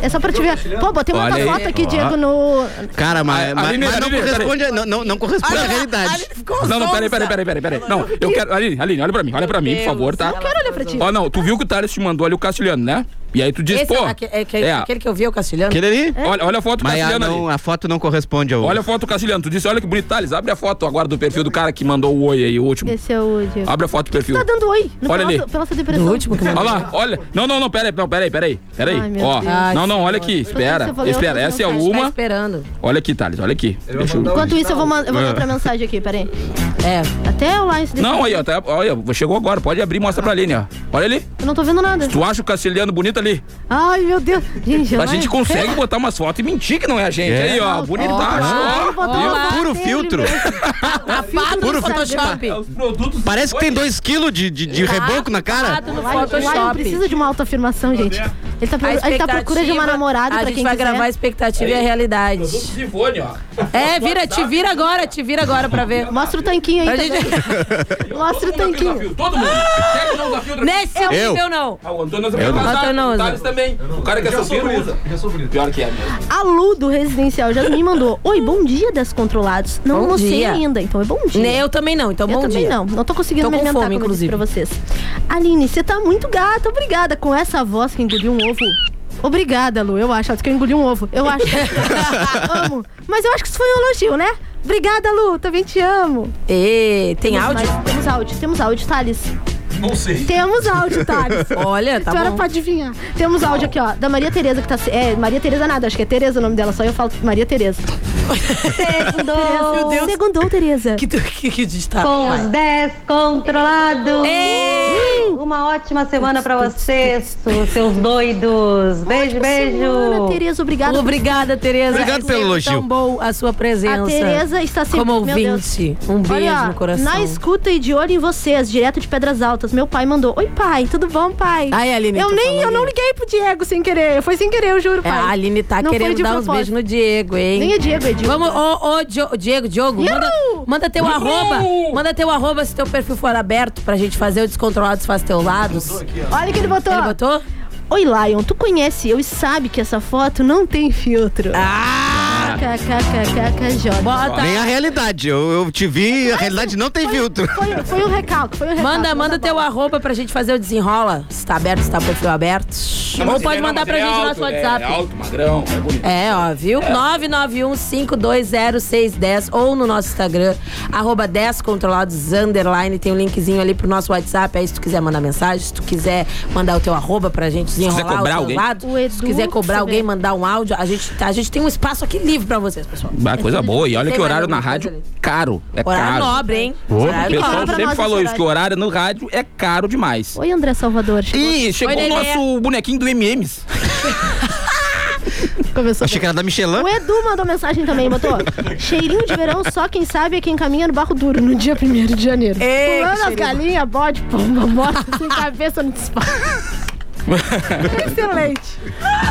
É só pra te ver. Pô, botei uma Tá Olha aí. foto aqui, Ó. Diego, no. Cara, mas, A- mas- Aline, mas não, Aline, corresponde, a- não, não, não corresponde à é realidade. Não, não, peraí, peraí, peraí, peraí, peraí. Não, eu quero. Aline, Aline, olha pra mim, olha pra mim, por Meu favor, tá? Deus, Quero olhar pra ti. Ó, não, tu viu que o Thales te mandou ali o castelhano, né? E aí tu disse, Esse pô. é, aque- é que- é, aquele que eu vi, o Castilhano. Aquele ali? é? Olha, olha a foto do Mas a, castelhano não, É ah, ali. a foto não corresponde ao. Olha a foto do castelhano. Tu disse, olha que bonito, Thales. Abre a foto agora do perfil do cara que mandou o oi aí, o último. Esse é o Diego. Abre a foto do perfil. Tá dando oi. No Olha final ali. do- Pela sua depressão. No último que Olha lá, olha. Não, não, não, peraí, não, peraí, peraí. Peraí. Ai, meu Ó, Deus. não, não, olha aqui. Espera, Eu vou ler espera. outras Essa é mensagens. Tá uma. esperando. Olha aqui, Thales, olha aqui. Deixa eu- Enquanto isso, eu vou, man- eu vou dar outra mensagem aqui, peraí. um É. Até eu lá esse É. Não, aí, ó, tá, olha, chegou agora. Pode abrir e mostra pra Aline, ó. Olha ali. Eu não tô vendo nada. Tu acha o castelhano bonito ali? Ai, meu Deus. Gente, eu A não- gente consegue botar umas fotos e mentir que não é a gente. É. Aí, ó, bonita. Claro, Ó, um botou uma Olá. foto Puro dele filtro. um mesmo. Tá Tapado Puro no filtro. Tá Photoshop. os produtos. Parece que tem 2kg de, de, Tá Tá. de reboco na cara. Tapado no O Lion precisa Photoshop. de uma autoafirmação, gente. Ele tá, pro- A ele tá à procura de uma expectativa- namorada A pra gente quem vai quiser. gravar a expectativa e a realidade. de fone, ó. É, vira, te vira agora, te vira agora pra ver. Mostra o tanquinho aí. A também. Mostra o tá tanquinho. Todo mundo. Ah! Quem não usa filtro? Nesse Eu. nível, não. Ah, o Antônio usa Eu não. casado, Né? Antônio não o usa. Thales também. O cara que é solteiro usa. Pior que é mesmo. A Lu do Residencial já me mandou. Oi, bom dia, descontrolados. Não Bom almocei dia. ainda, então é bom dia. Nem eu também não, então Eu bom também dia. não. Não tô conseguindo Tô me com alimentar, fome, como eu disse inclusive. pra vocês. Aline, você tá muito gata. Obrigada. Com essa voz que engoliu um ovo. Obrigada, Lu. Eu acho. Ela disse que eu engoli um ovo. Eu acho. amo. Mas eu acho que isso foi um elogio, né? Obrigada, Lu. Também te amo. Ê, tem Temos áudio? mais- Temos áudio. Temos áudio, Thales. Não sei. Temos áudio, Thales. Olha, tá tu era bom. pra adivinhar. Temos áudio aqui, ó, da Maria Tereza, que tá. se- É, Maria Tereza nada, acho que é Tereza o nome dela, só eu falo Maria Tereza. Segundou. Meu Deus. Segundou, Tereza. Que, tu- que, que tá? ditado. Com os Vai. 10 controlados. Uma ótima semana pra vocês, seus doidos. Beijo, beijo. Tereza, obrigada. Obrigada, Tereza. Obrigado É pelo sempre elogio. Tão bom a sua presença. A Tereza está sempre. Como Meu ouvinte. Deus. Um beijo Olha, no coração. Na escuta e de olho em vocês, direto de Pedras Altas. Meu pai mandou: Oi, pai, tudo bom, pai? Ai, Aline, Eu tô nem, falando. eu não liguei pro Diego sem querer. Foi sem querer, eu juro, É, pai. a Aline tá Não foi querendo de dar uns propósito. beijos no Diego, hein? Nem é Diego, é Diogo. Vamos, ô, ô, Dio- Diego, Diogo, Não! manda, manda teu Não! arroba. Manda teu arroba se teu perfil for aberto pra gente fazer o Descontrolados Faz Teus Lados. Olha o que ele botou. Ele botou? Oi, Lion, tu conhece eu e sabe que essa foto não tem filtro. Ah! KKKKJ. Bota. é Nem a realidade. Eu, eu te vi, a realidade não tem filtro. Foi, foi um recalque, foi um recalque. Manda, manda teu arroba pra gente fazer o desenrola. Se tá aberto, se tá o perfil aberto. Não, Ou mas pode ele é- mandar não, mas pra ele é gente no alto, nosso WhatsApp. É alto, magrão, é bonito. É, ó, viu? É. 991-520-610 ou no nosso Instagram, arroba 10 controlados underline. Tem um linkzinho ali pro nosso WhatsApp. Aí, se tu quiser mandar mensagem, se tu quiser mandar o teu arroba pra gente quiser desenrolar cobrar o teu alguém. lado. O Edu, se tu quiser cobrar você alguém, vê. mandar um áudio, a gente, a gente tem um espaço aqui livre pra vocês, pessoal. Ah, coisa boa. E olha que Tem mais horário na alguma rádio, caro. É Horário caro. nobre, hein? Pô, o Horário nobre. pessoal pra sempre nós falou esse isso, que o horário no rádio é caro demais. Oi, André Salvador. Chegou- Ih, chegou Oi, o Nenê. nosso bonequinho do MMs. Começou Achei que era da Michelin. O Edu mandou mensagem também, botou. Cheirinho de verão, só quem sabe é quem caminha no barro duro no dia 1 de janeiro. Ei, que Pulando as cheirinho. galinhas, bode, pomba, morta, sem assim, cabeça no disparo. Excelente.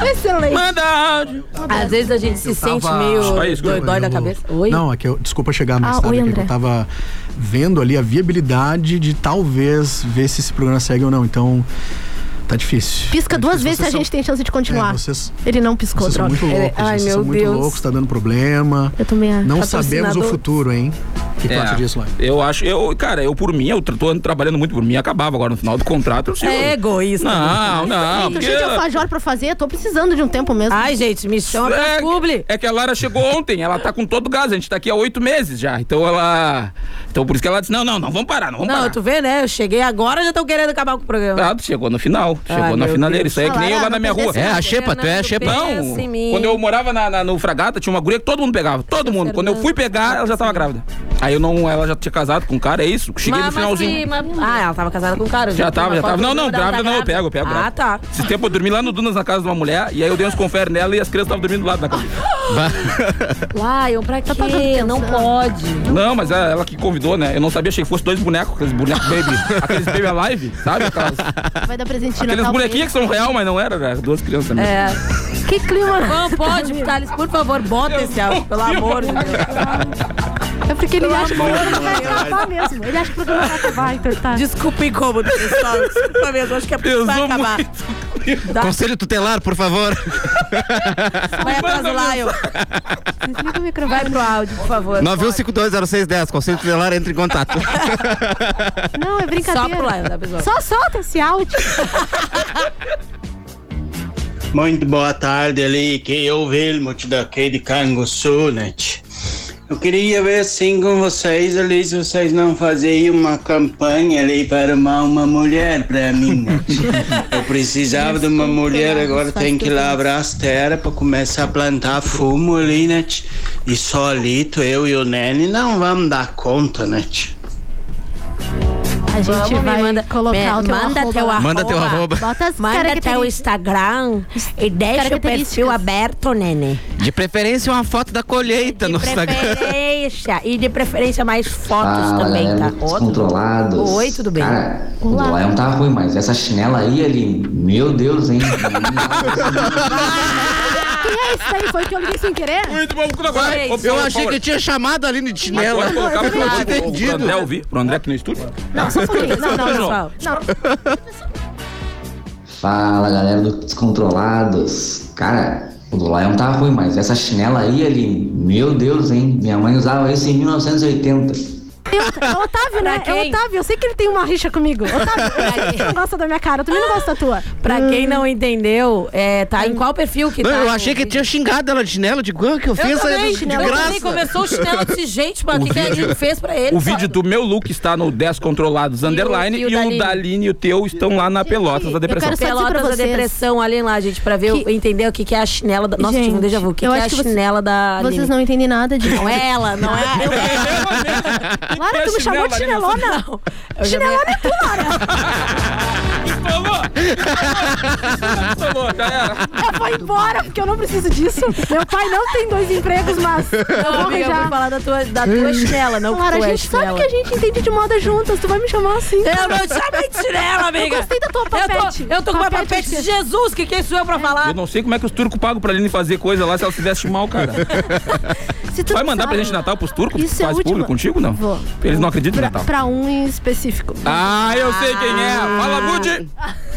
Excelente. Manda áudio. Às vezes a gente se Eu sente tava- meio Olha isso, dói, dói na eu- cabeça. Oi? Não, é que eu. Desculpa chegar mais Ah, tarde, oi, é que André. eu tava vendo ali a viabilidade de talvez ver se esse programa segue ou não. Então, tá difícil. Pisca duas vezes se a Vocês gente tem chance de continuar. É, vocês- Ele não piscou, Vocês são droga. muito loucos, Ele- Ai, vocês meu são muito Deus. loucos, tá dando problema. Eu também acho. Tá Não Patrocinador. sabemos o futuro, hein? O que, que tu acha disso, Lai? É. Eu acho, eu, cara, eu por mim, eu tra- tô trabalhando muito por mim, acabava agora no final do contrato. Eu, sei, É eu- egoísta. Não, não. Tem cheio de porque- alfajor pra fazer, tô precisando de um tempo mesmo. Ai, gente, me chama pra publi. É que a Lara chegou ontem, ela tá com todo o gás, a gente tá aqui há oito meses já. Então ela. Então por isso que ela disse: não, não, não, vamos parar, não vamos Não, parar. tu vê, né? Eu cheguei agora já estão querendo acabar com o programa. Ah, tu chegou no final, chegou Ai, na meu finaleira. Deus. Isso aí é que nem eu lá Lara, na minha não rua. precisa É, a ser xepa, tu é a Fernando, xepa. Não, pensa em mim. quando eu morava na, na- no Fragata, tinha uma guria que todo mundo pegava, todo mundo. Quando eu fui pegar, ela já tava grávida. Aí eu não, ela já tinha casado com um cara, é isso? Cheguei no Mas- mas finalzinho. que- mas- Ah, ela tava casada com um cara. eu Já vi tava, uma já foto tava. Não, do não, Duda, ela grávida não, eu assim, grávida. pego, eu pego. Ah, grávida. tá. Esse tempo eu dormi lá no Dunas na casa de uma mulher e aí eu dei uns confere nela e as crianças estavam dormindo do lado da casa. Lion, pra Tá quê? pagando pensão. não pode. Não, mas ela, ela que convidou, né? Eu não sabia, achei que fosse dois bonecos, aqueles bonecos baby, aqueles baby alive, sabe? Aquelas, Vai dar presente de aqueles Natal pra ele. bonequinhos que são real, mas não era, né? Duas crianças mesmo. É. Que clima. Não pode, Thales, por favor, bota esse áudio, pelo amor de Deus. É porque ele acha que o amor programa vai acabar mesmo. Ele acha que o programa vai acabar, então tá. Desculpa o incômodo, pessoal. Desculpa mesmo, acho que é porque vai Pesou acabar. Dá- Conselho tutelar, por favor. Vai atrás do Lion. Desliga o microfone. Vai pro áudio, por favor. 91520610. Conselho tutelar, entre em contato. Não, é brincadeira. Só pro Lion, tá, pessoal? Só solta esse áudio. Muito boa tarde ali, que eu Vilmot daqui de Canguçu, né? tchê? Eu queria ver assim com vocês ali, se vocês não fazem uma campanha ali para arrumar uma mulher para mim, né? tchê? Eu precisava de uma mulher, agora tem que labrar as terras para começar a plantar fumo ali, né? tchê? E solito, eu e o Nene não vamos dar conta, né? tchê? A gente Vamos, me vai manda- colocar me- o teu manda arroba. teu lá. arroba. Manda teu arroba. Bota as Manda características. até o Instagram e deixa o perfil aberto, Nene. De preferência, uma foto da colheita Tá no Instagram. Preferência. E de preferência mais fotos Fala, também, galera tá? do Ó, Descontrolados. Oi, tudo bem? Cara, o do Olá. Lion tá ruim, mas essa chinela aí, ele... Meu Deus, hein? Quem é esse aí? Foi o que eu liguei sem querer? Muito bom, agora. Vai, Ô, Eu Paulo, achei Paulo. que tinha chamado a Aline de Mas chinela. pode colocar pro- Eu pro- pro- pro entendido. André ouvir, pro André aqui no estúdio. Não, só um pouquinho. Não, não, não. Não. Fala, galera do Descontrolados. Cara, o do Lion tá ruim, mas essa chinela aí, ele... Meu Deus, hein? Minha mãe usava isso em 1980. Eu- Otávio, né? Pra É o quem? Otávio. Eu sei que ele tem uma rixa comigo. Otávio, eu sei que tu não gosta da minha cara. Tu também não gosta da tua. Pra quem não entendeu, é, tá Hum. em qual perfil que Não, tá? eu achei que tinha xingado ela de chinelo, de ah, que Eu ofensa também, né? de, de eu também. graça. Começou o chinelo, eu disse, gente, mas o que, que a vídeo- gente fez pra ele? O vídeo do meu look está no Descontrolados Underline e e o o, da Aline? da Aline e o teu estão lá na Pelotas da Depressão. Eu quero só dizer pra vocês. da depressão, olhem lá, gente, pra ver, o- entender o que, que é a chinela da... Nossa, Gente, tive um déjà vu. O que, eu que é acho a que você- chinela da Vocês Aline? não entendem nada de Não é ela, não é... Lara, tu me chamou de chinelona. Chinelona é tu, tá, Lara. Eu vou embora, porque eu não preciso disso. Meu pai não tem dois empregos, mas eu Não, amiga, vou eu arranjar. vou falar da tua, da tua chinela, não Lara, que tu a é gente sabe chinela. que a gente entende de moda juntas. Tu vai me chamar assim. Eu não te chamei de chinela, amiga. Eu gostei da tua Eu tô- papete. Eu tô com uma papete de Jesus, que quem sou eu pra falar? Eu não sei como é que os turcos pagam pra Aline fazer coisa lá se ela se veste mal, cara. Vai mandar presente de Natal pros turcos? Isso é Faz última- público contigo, não? Vou. Eles não acreditam em Natal. Pra um em específico. Ah, eu sei quem é. Fala, Budi!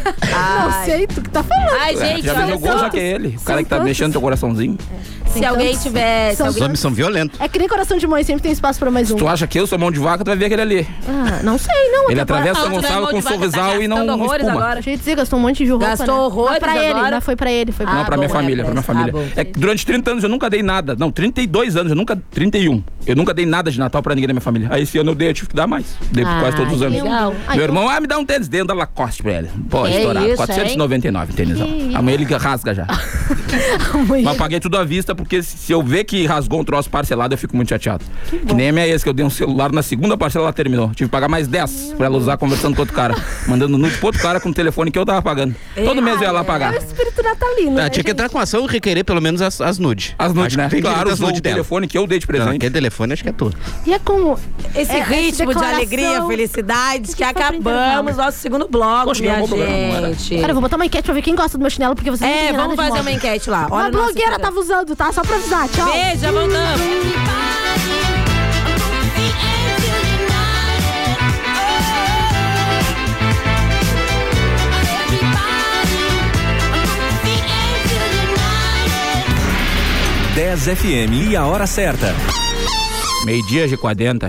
Não sei, tu que tá falando. Ai, gente, É, já me olha jogou, só. já que é ele. O cara que tá tantos. deixando teu coraçãozinho. Se alguém tiver... se São alguém- são violentos. É que nem coração de mãe, sempre tem espaço pra mais um. Tu acha que eu sou mão de vaca, tu vai ver aquele ali. Ah, não sei, não. Ele até agora- né? atravessa São Gonçalo com um tá sorrisal e não não espuma. Deixa eu dizer, gastou um monte de roupa. Gastou né? horrores Mas pra ele, agora. mas foi pra ele. Foi pra Ah, não, ele. pra né, minha família, pra minha família. é que durante 30 anos eu nunca dei nada. Não, 32 anos, eu nunca. 31. Eu nunca dei nada de Natal pra ninguém da minha família. Aí esse ano eu dei, eu tive que dar mais. Dei por quase Ah, todos os que anos. legal. Ai, Meu então- irmão, ah, me dá um tênis dentro da Lacoste pra ele. Pô, Que estourado. isso, é? 499 tênis. Que Amanhã ele rasga já. Mas paguei tudo à vista, porque se se eu ver que rasgou um troço parcelado, eu fico muito chateado. Que, nem a minha ex, que eu dei um celular na segunda parcela, ela terminou. Tive que pagar mais 10 pra ela usar conversando com outro cara. mandando nude pro outro cara com o telefone que eu tava pagando. Todo mês eu ia lá pagar. espírito natalino. né, Ah, tinha que entrar com ação e requerer pelo menos as, as nude. As nude, né? Tem Claro, claro, as usou nude o dela. telefone que eu dei de presente. aquele telefone acho que é tua. E é como. Esse é- essa ritmo de declaração- alegria, felicidade, que acabamos nosso segundo bloco, Poxa, minha não, vou problema, não era. gente. Cara, eu vou botar uma enquete pra ver quem gosta do meu chinelo, porque vocês não É, entendem vamos nada de fazer moda. uma enquete lá. Olha uma o nosso blogueira tava usando, tá? Só pra avisar. Tchau. Beijo, já voltamos. FM. 10 FM e a hora certa. Meio-dia de 40.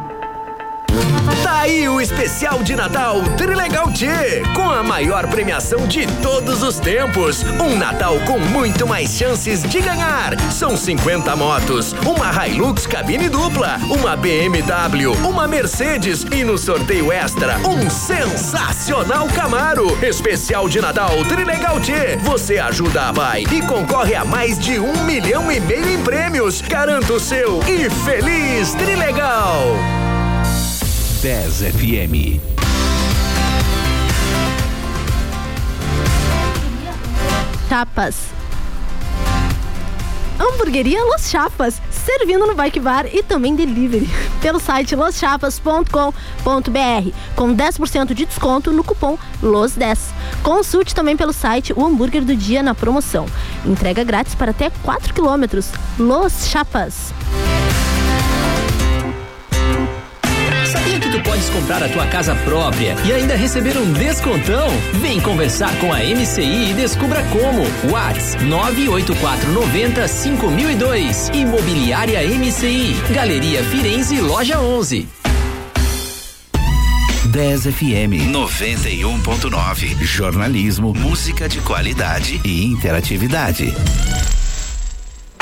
Tá aí o especial de Natal Trilegal T, com a maior premiação de todos os tempos. Um Natal com muito mais chances de ganhar. São 50 motos, uma Hilux cabine dupla, uma BMW, uma Mercedes e no sorteio extra, um sensacional Camaro. Especial de Natal Trilegal T, você ajuda a Vai e concorre a mais de um milhão e meio em prêmios. Garanta o seu e feliz Trilegal! 10 FM. Chapas. Hamburgueria Los Chapas, servindo no Bike Bar e também delivery. Pelo site loschapas.com.br, com 10% de desconto no cupom LOS10. Consulte também pelo site o hambúrguer do dia na promoção. Entrega grátis para até 4 quilômetros. Los Chapas. Sabia que tu podes comprar a tua casa própria e ainda receber um descontão? Vem conversar com a MCI e descubra como. Whats 98490 5002. Imobiliária MCI. Galeria Firenze, Loja 11. 10 FM 91.9. Jornalismo, um música de qualidade e interatividade.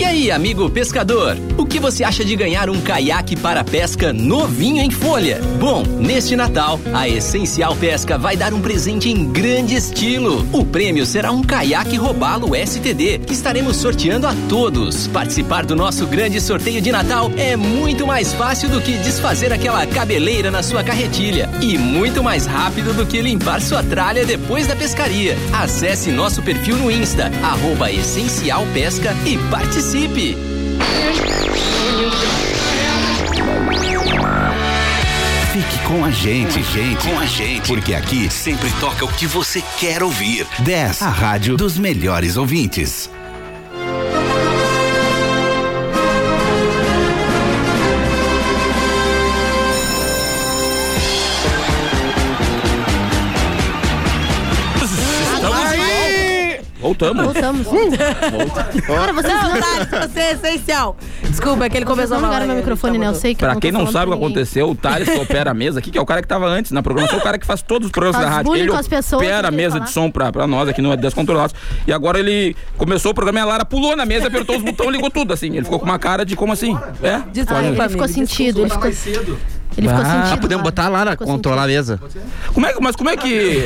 E aí, amigo pescador, o que você acha de ganhar um caiaque para pesca novinho em folha? Bom, neste Natal, a Essencial Pesca vai dar um presente em grande estilo. O prêmio será um caiaque robalo STD, que estaremos sorteando a todos. Participar do nosso grande sorteio de Natal é muito mais fácil do que desfazer aquela cabeleira na sua carretilha e muito mais rápido do que limpar sua tralha depois da pescaria. Acesse nosso perfil no Insta, arroba Essencial Pesca e participe! Fique com a gente, gente, com a gente, porque aqui sempre toca o que você quer ouvir. 10, a rádio dos melhores ouvintes. Voltamos. Voltamos. Cara, vocês não, não- Thales, você é essencial. Desculpa, é que ele tá começou a não falar. ligaram meu microfone, né? Eu sei que eu Pra quem não tô falando sabe o pra que ninguém. aconteceu, o Thales que opera a mesa aqui, que é o cara que tava antes na programação, o cara que faz todos os programas Faz da rádio. bullying Ele com as pessoas, opera a tem que mesa falar. de som pra, pra nós aqui no É Descontrolados. E agora ele começou o programa e a Lara pulou na mesa, apertou os botões, ligou tudo, assim. Ele ficou com uma cara de como assim? É? Ah, Olha. ele ficou sentido, ele ficou cedo. Ele ficou Ah, sentido. podemos botar lá na controlar a mesa. Como é, que- mas como é que.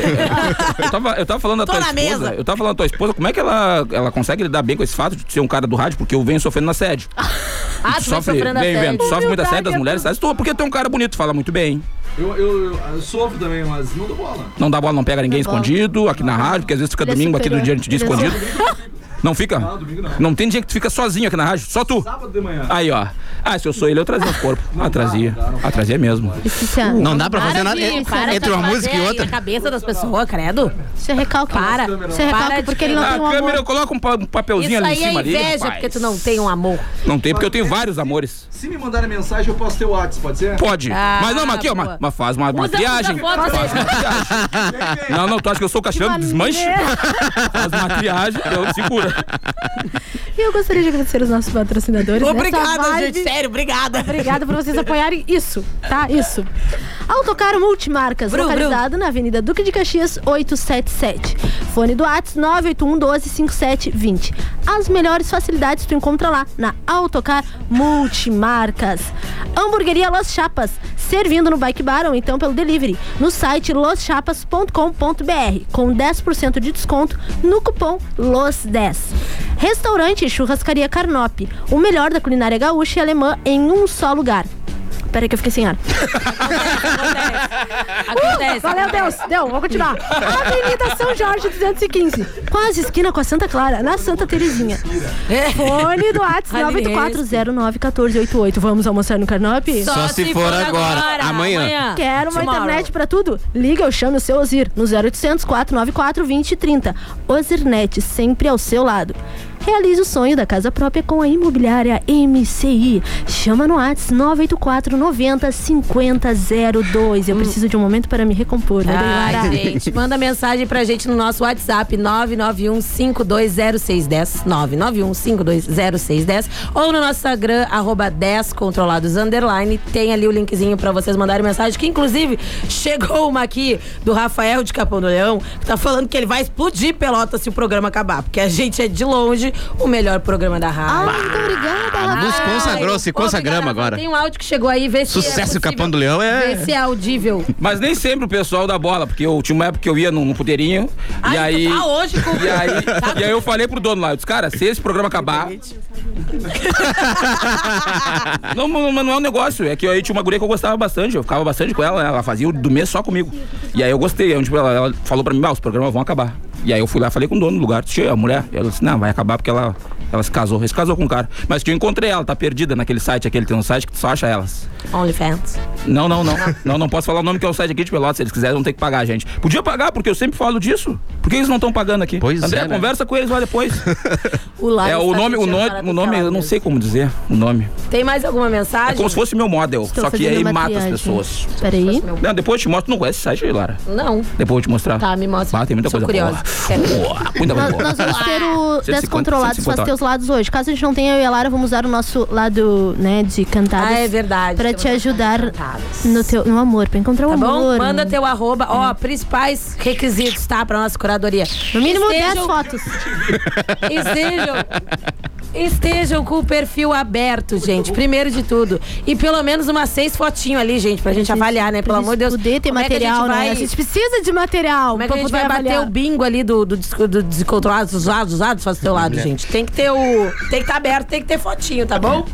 eu, tava, eu tava falando da Tô tua na esposa. mesa. Eu tava falando da tua esposa, como é que ela, ela consegue lidar bem com esse fato de ser um cara do rádio? Porque eu venho sofrendo assédio. Ah, Tu sofre, vem, vem, tu sofre muito assédio das mulheres, sabe? Tu- Porque tu é um cara bonito, fala muito bem. Eu, eu, eu sofro também, mas não dou bola. Não dá bola, não pega ninguém Não dá bola. escondido aqui na rádio, porque às vezes fica Ele é domingo aqui do superior. dia, a gente dia Ele é escondido. Não fica? Não, domingo não. Não tem dia que tu fica sozinho aqui na rádio, só tu. Sábado de manhã. Aí, ó. Ah, se eu sou ele, eu trazia o corpo. Ah, trazia. Ah, trazia mesmo. Cristiano. Não dá pra fazer Para nada de- entre- para entre de uma fazer música e aí outra. Na cabeça das pessoas, credo. Você recalca. Para. Você recalca porque ele não Ah, tem um a câmera, eu amor. coloco um, pa- um papelzinho Isso ali aí em é cima ali. inveja, rapaz. porque tu não tem um amor. Não tem, porque eu tenho vários amores. Se me mandarem mensagem, eu posso ter o WhatsApp, pode ser? Pode. mas não, mas aqui, ó, boa. mas, mas faz uma Usa- usa maquiagem. foto dele. Faz uma maquiagem. não, não, tu acha que eu sou cachorro? Desmanche. Faz maquiagem, eu segura. E eu gostaria de agradecer os nossos patrocinadores. Obrigada, nessa vibe. gente, sério, obrigada. Obrigada por vocês apoiarem isso, tá? Isso. Autocar Multimarcas, Bru, localizado na Avenida Duque de Caxias, 877. Fone do Whats 981 12 5720. As melhores facilidades tu encontra lá na Autocar Multimarcas. Hamburgueria Los Chapas, servindo no Bike Bar ou então pelo delivery, no site loschapas.com.br, com 10% de desconto no cupom LOS10. Restaurante e Churrascaria Carnop, o melhor da culinária gaúcha e alemã em um só lugar. Peraí que eu fiquei sem ar. Acontece. Valeu, Deus. Deu, vou continuar. Avenida São Jorge 215. Quase esquina com a Santa Clara, na Santa Terezinha. Fone do Whats Ai, ninguém 984091488. Vamos almoçar no Carnop? Só Só se se for for agora. agora. Amanhã. Amanhã. Quero uma Tomorrow. internet pra tudo? Liga ou chame o seu Ozir no 0800 494 2030. Ozirnet, sempre ao seu lado. Realize o sonho da casa própria com a imobiliária MCI. Chama no Whats 984 90 5002. Eu preciso de um momento para me recompor. né, Dayara? Hum. Ai, gente, manda mensagem pra gente no nosso WhatsApp 991-520610 991-520610 ou no nosso Instagram, arroba 10 controlados underline, tem ali o linkzinho pra vocês mandarem mensagem, que inclusive chegou uma aqui do Rafael de Capão do Leão, que tá falando que ele vai explodir pelota se o programa acabar, porque a gente é de longe o melhor programa da rádio. Ah, muito obrigada, Nos consagrou, se consagramos agora. Tem um áudio que chegou aí, vê se é Sucesso, possível, Capão do Leão vê se é audível. Mas nem sempre o pessoal dá bola, porque eu tinha uma época que eu ia num, num puteirinho. e aí. tá hoje, e aí, e aí eu falei pro dono lá, eu disse, cara, se esse programa acabar. não, não, mas não é um negócio. É que aí tinha uma guria que eu gostava bastante, eu ficava bastante com ela, né? Ela fazia o do mês só comigo. E aí eu gostei. Aí, tipo, ela, ela falou pra mim, ah, os programas vão acabar. E aí eu fui lá falei com o dono do lugar, tinha a mulher. Ela disse, não, vai acabar porque ela. Ela se casou, se casou com um cara. Mas que eu encontrei ela, tá perdida naquele site, aquele tem um site que tu só acha elas. OnlyFans. Não, não, não. não, não posso falar o nome que é o site aqui de Pelotas. Se eles quiserem, vão ter que pagar, gente. Podia pagar, porque eu sempre falo disso. Por que eles não estão pagando aqui? Pois André, é, né? conversa com eles lá depois. O tá Lázaro é, o está nome, o pedindo nome, para o nome, eu não sei como dizer o nome. Tem mais alguma mensagem? É como se fosse meu model, Estou só que fazendo aí uma mata triagem. as pessoas. Peraí. Não, depois eu te mostro, tu não conhece esse site aí, Lara. Não. Depois eu te mostrar. Tá, me mostra. Ah, tem muita Sou coisa curiosa. Quero ver. boa. Boa, muita coisa É. Nós, boa. nós vamos ter o 150, Descontrolados Faz 150. Teus Lados hoje. Caso a gente não tenha, eu e a Lara vamos usar o nosso lado, né, de cantadas. Ah, é verdade. Pra Temos te ajudar cantadas. no, teu, no amor, pra encontrar o Tá amor. bom? né? Manda teu arroba. Ó, principais requisitos, tá? Pra nossa curadoria. No mínimo Estejam- 10 fotos. E sejam Estejam com o perfil aberto, gente. Primeiro de tudo. E pelo menos umas seis fotinhos ali, gente, pra gente avaliar, né? Pelo amor de Deus. Poder ter material, né? A gente precisa de material. Como é que a pra gente vai poder bater avaliar. o bingo ali do, do, disco- do descontrolado, dos lados, dos lados, faz do teu lado, gente? Tem que ter o. Tem que estar aberto, tem que ter fotinho, tá bom?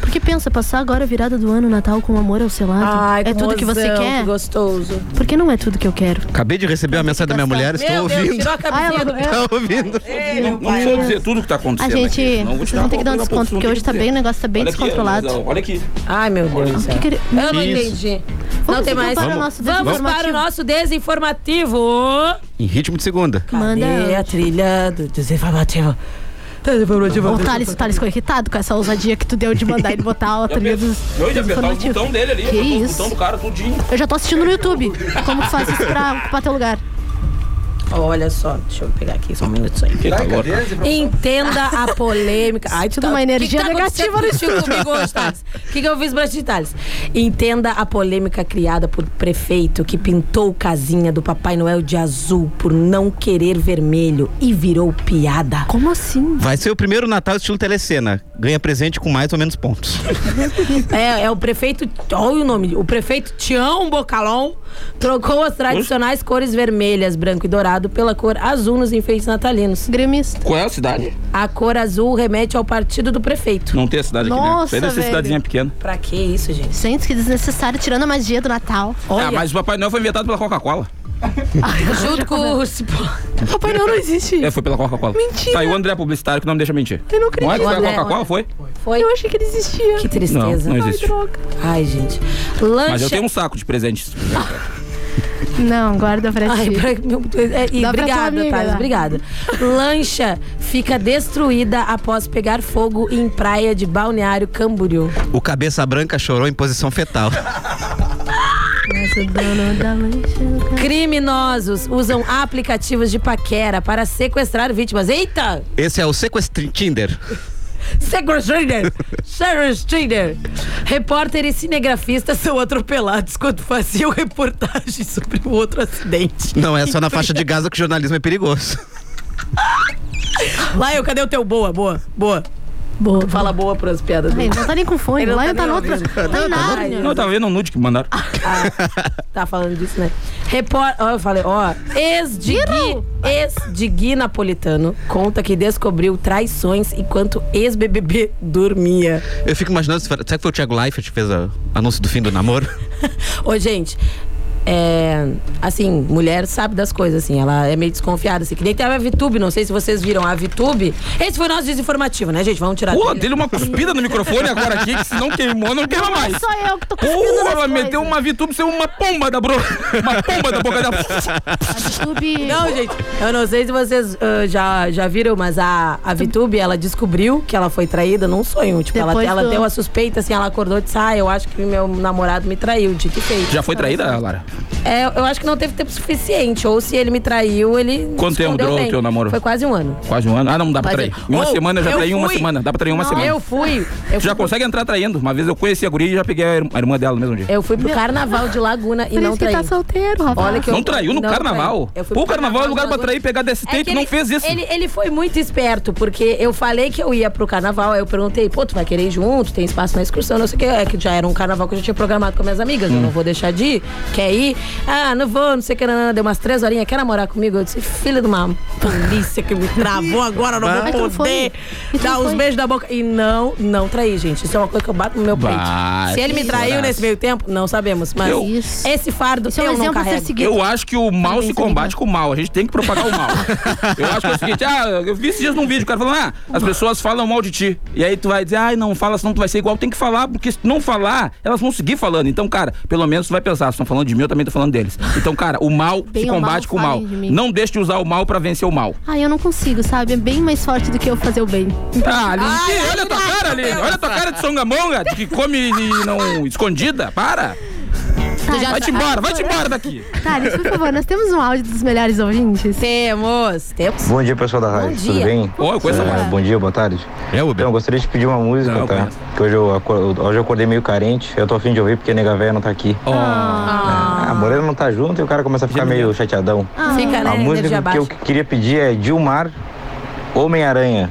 Porque pensa, passar agora a virada do ano, Natal, com amor ao seu lado. Ai, é com tudo que você mozão, quer. que gostoso. Porque não é tudo que eu quero. Acabei de receber uma mensagem da minha mulher, estou Meu Deus, ouvindo. tirou a camisinha Ah, ela- do- Tá ouvindo. Não, não vou dizer tudo que tá A acontecendo. gente. aqui, senão eu vou Vocês tirar vão ter que uma dar um foto da desconto, pessoa, porque hoje tem tá que bem, dizer. o negócio tá bem Olha aqui, descontrolado. Luizão, Olha aqui. Ai, meu Deus. do céu. Eu não Isso. entendi. não tem então mais. um. para o Vamos, nosso Vamos para o nosso desinformativo. Em ritmo de segunda. Cadê a trilha do desinformativo? Desinformativo. O Thales, o Thales ficou irritado com essa ousadia que tu deu de mandar ele botar a trilha dos. Eu ia apertar o informativos. botão dele ali, Que apertou o isso? botão do cara tudinho. Eu já tô assistindo no YouTube. Como que faz isso pra ocupar teu lugar? Olha só, deixa eu pegar aqui só um minuto aí. Que calor. Entenda a polêmica. Ai, tu Tudo uma energia tá negativa no estilo estúdio. comigo hoje, Thales. O que, que eu fiz pra ti, Thales? Entenda a polêmica criada por prefeito que pintou casinha do Papai Noel de azul por não querer vermelho e virou piada. Como assim? Vai ser o primeiro Natal estilo né? telecena. Ganha presente com mais ou menos pontos. É, é o prefeito. Olha o nome. O prefeito Tião Bocalon trocou as tradicionais cores vermelhas, branco e dourado pela cor azul nos enfeites natalinos. Gremista. Qual é a cidade? A cor azul remete ao partido do prefeito. Não tem a cidade aqui, né? Nossa, Isso aí deve ser velho. cidadezinha pequena. Pra que isso, gente? Gente, que desnecessário, tirando a magia do Natal. Ah, mas o Papai Noel foi inventado pela Coca-Cola. Junto com os. Papai Noel não existe. É, foi pela Coca-Cola. Mentira. Tá aí o André Publicitário que não me deixa mentir. Eu Não não é que acredito. foi a André, Coca-Cola? Foi? Foi? Eu achei que ele existia. Que tristeza. Não, não existe. Ai, droga. Ai, gente. Lancha. Mas eu tenho um saco de presentes. Não, guarda pra Ai, ti. pra- meu Deus, é, e Dá pra tua obrigada, amiga Thales. lá. Obrigada. Lancha fica destruída após pegar fogo em praia de Balneário Camboriú. O cabeça branca chorou em posição fetal. Mas o dono da mancha. Criminosos usam aplicativos de paquera para sequestrar vítimas. Eita! Esse é o sequestro Tinder. Sequestrader! Sequestrader! Repórter e cinegrafista são atropelados quando faziam reportagem sobre um outro acidente. Não, é só na faixa de Gaza que o jornalismo é perigoso. Lá eu, cadê o teu boa? Boa, boa. Boa. Tu fala boa pras piadas Ai, dele. ele não tá nem com fone. Ele não Lá tá ele tá nem no outro. ouvindo. Tá em Não, tá Nárnia. Não, eu tava vendo um nude que mandaram. Tá falando disso, né? Repórter. Ó, eu falei, ó. Ex de, Gui, ex de Gui Napolitano conta que descobriu traições enquanto ex-BBB dormia. Eu fico imaginando, será que foi o Thiago Leifert que fez o anúncio do fim do namoro? Ô, gente. É, assim, mulher sabe das coisas, assim, ela é meio desconfiada, assim, que nem tem a VTube, não sei se vocês viram a VTube. Esse foi o nosso desinformativo, né, gente? Vamos tirar Pô, dele. dele uma cuspida no microfone agora aqui, que se não queimou, não queima Não é mais. só eu que tô Pô, cuspindo nas ela coisas. meteu uma VTube, saiu uma pomba da bro... Uma pomba da boca dela. Ah, Clube. Não, gente, eu não sei se vocês ah, já, já viram, mas a, a Vitube, ela descobriu que ela foi traída num sonho. Tipo, ela, Depois ela do- deu a suspeita, assim, ela acordou e disse, ah, eu acho que meu namorado me traiu, de que feito. Já foi traída, Lara? É, eu acho que não teve tempo suficiente, ou se ele me traiu, ele Quanto tempo escondeu durou o bem. teu namoro? Foi quase um ano. Quase um ano. Ah, não dá pra Quase- trair. Em uma Ou, semana eu já eu traí uma fui. semana. Dá pra trair uma Não, semana. Eu fui, eu Já consegue entrar traindo. Uma vez eu conheci a guria e já peguei a ir- a irmã dela no mesmo dia. Eu fui pro carnaval de Laguna e Por não isso que traí. tá solteiro, rapaz. Olha que eu- não traiu no não traí. carnaval. Eu fui Pô, o pro carnaval é lugar pra Laguna. trair, pegar DST e É tu não fez isso. Ele, ele foi muito esperto, porque eu falei que eu ia pro carnaval, aí eu perguntei, pô, tu vai querer ir junto? Tem espaço na excursão, não sei o que. É que já era um carnaval que eu já tinha programado com minhas amigas, Hum. eu não vou deixar de ir. Quer ir? Ah, não vou, não sei o que, não, não, não. deu umas três horinhas, quer namorar comigo? Eu disse, filha de uma polícia que me travou agora, eu não Mas tu vou não foi? poder E tu dar não uns foi? beijos na boca. E não, não traí, gente. Isso é uma coisa que eu bato no meu peito. Bah, Se ele me que traiu choraço. nesse meio tempo, não sabemos, mas Eu- esse fardo é um eu não exemplo a ser carrego. seguido. Eu acho que o mal se combate com o mal. A gente tem que propagar o mal. eu acho que é o seguinte, ah, eu vi esses dias num vídeo, o cara falando, ah, as pessoas falam mal de ti. E aí tu vai dizer, ai, não fala, senão tu vai ser igual. Tem que falar, porque se tu não falar, elas vão seguir falando. Então, cara, pelo menos tu vai pensar, se estão falando de mim, eu também tô falando deles. Então, cara, o mal Bem se ou mal, combate com o mal. falem de mim. Não deixe de usar o mal pra vencer o mal. Ai, Ah, eu não consigo, sabe? É bem mais forte do que eu fazer o bem. Ah, Aline, olha a tua cara, Aline. Olha a tua cara de songamonga, de que come e não escondida. Para. Tá, Vai-te embora, vai-te embora daqui. Thales, por favor, nós temos um áudio dos melhores ouvintes? Temos, temos. Bom dia, pessoal da rádio. Tudo dia. bem? Oi, eu conheço a rádio. É, Bom dia, boa tarde. É, Uber. Então, eu gostaria de pedir uma música, Não, eu tá? conheço. Que hoje eu, acordo, hoje eu acordei meio carente. Eu tô afim de ouvir porque a nega véia não tá aqui. Ah, a Morena não tá junto e o cara começa a ficar meio chateadão. Fica, né? Ah, a energia música que baixa. eu queria pedir é Dilmar Homem-Aranha.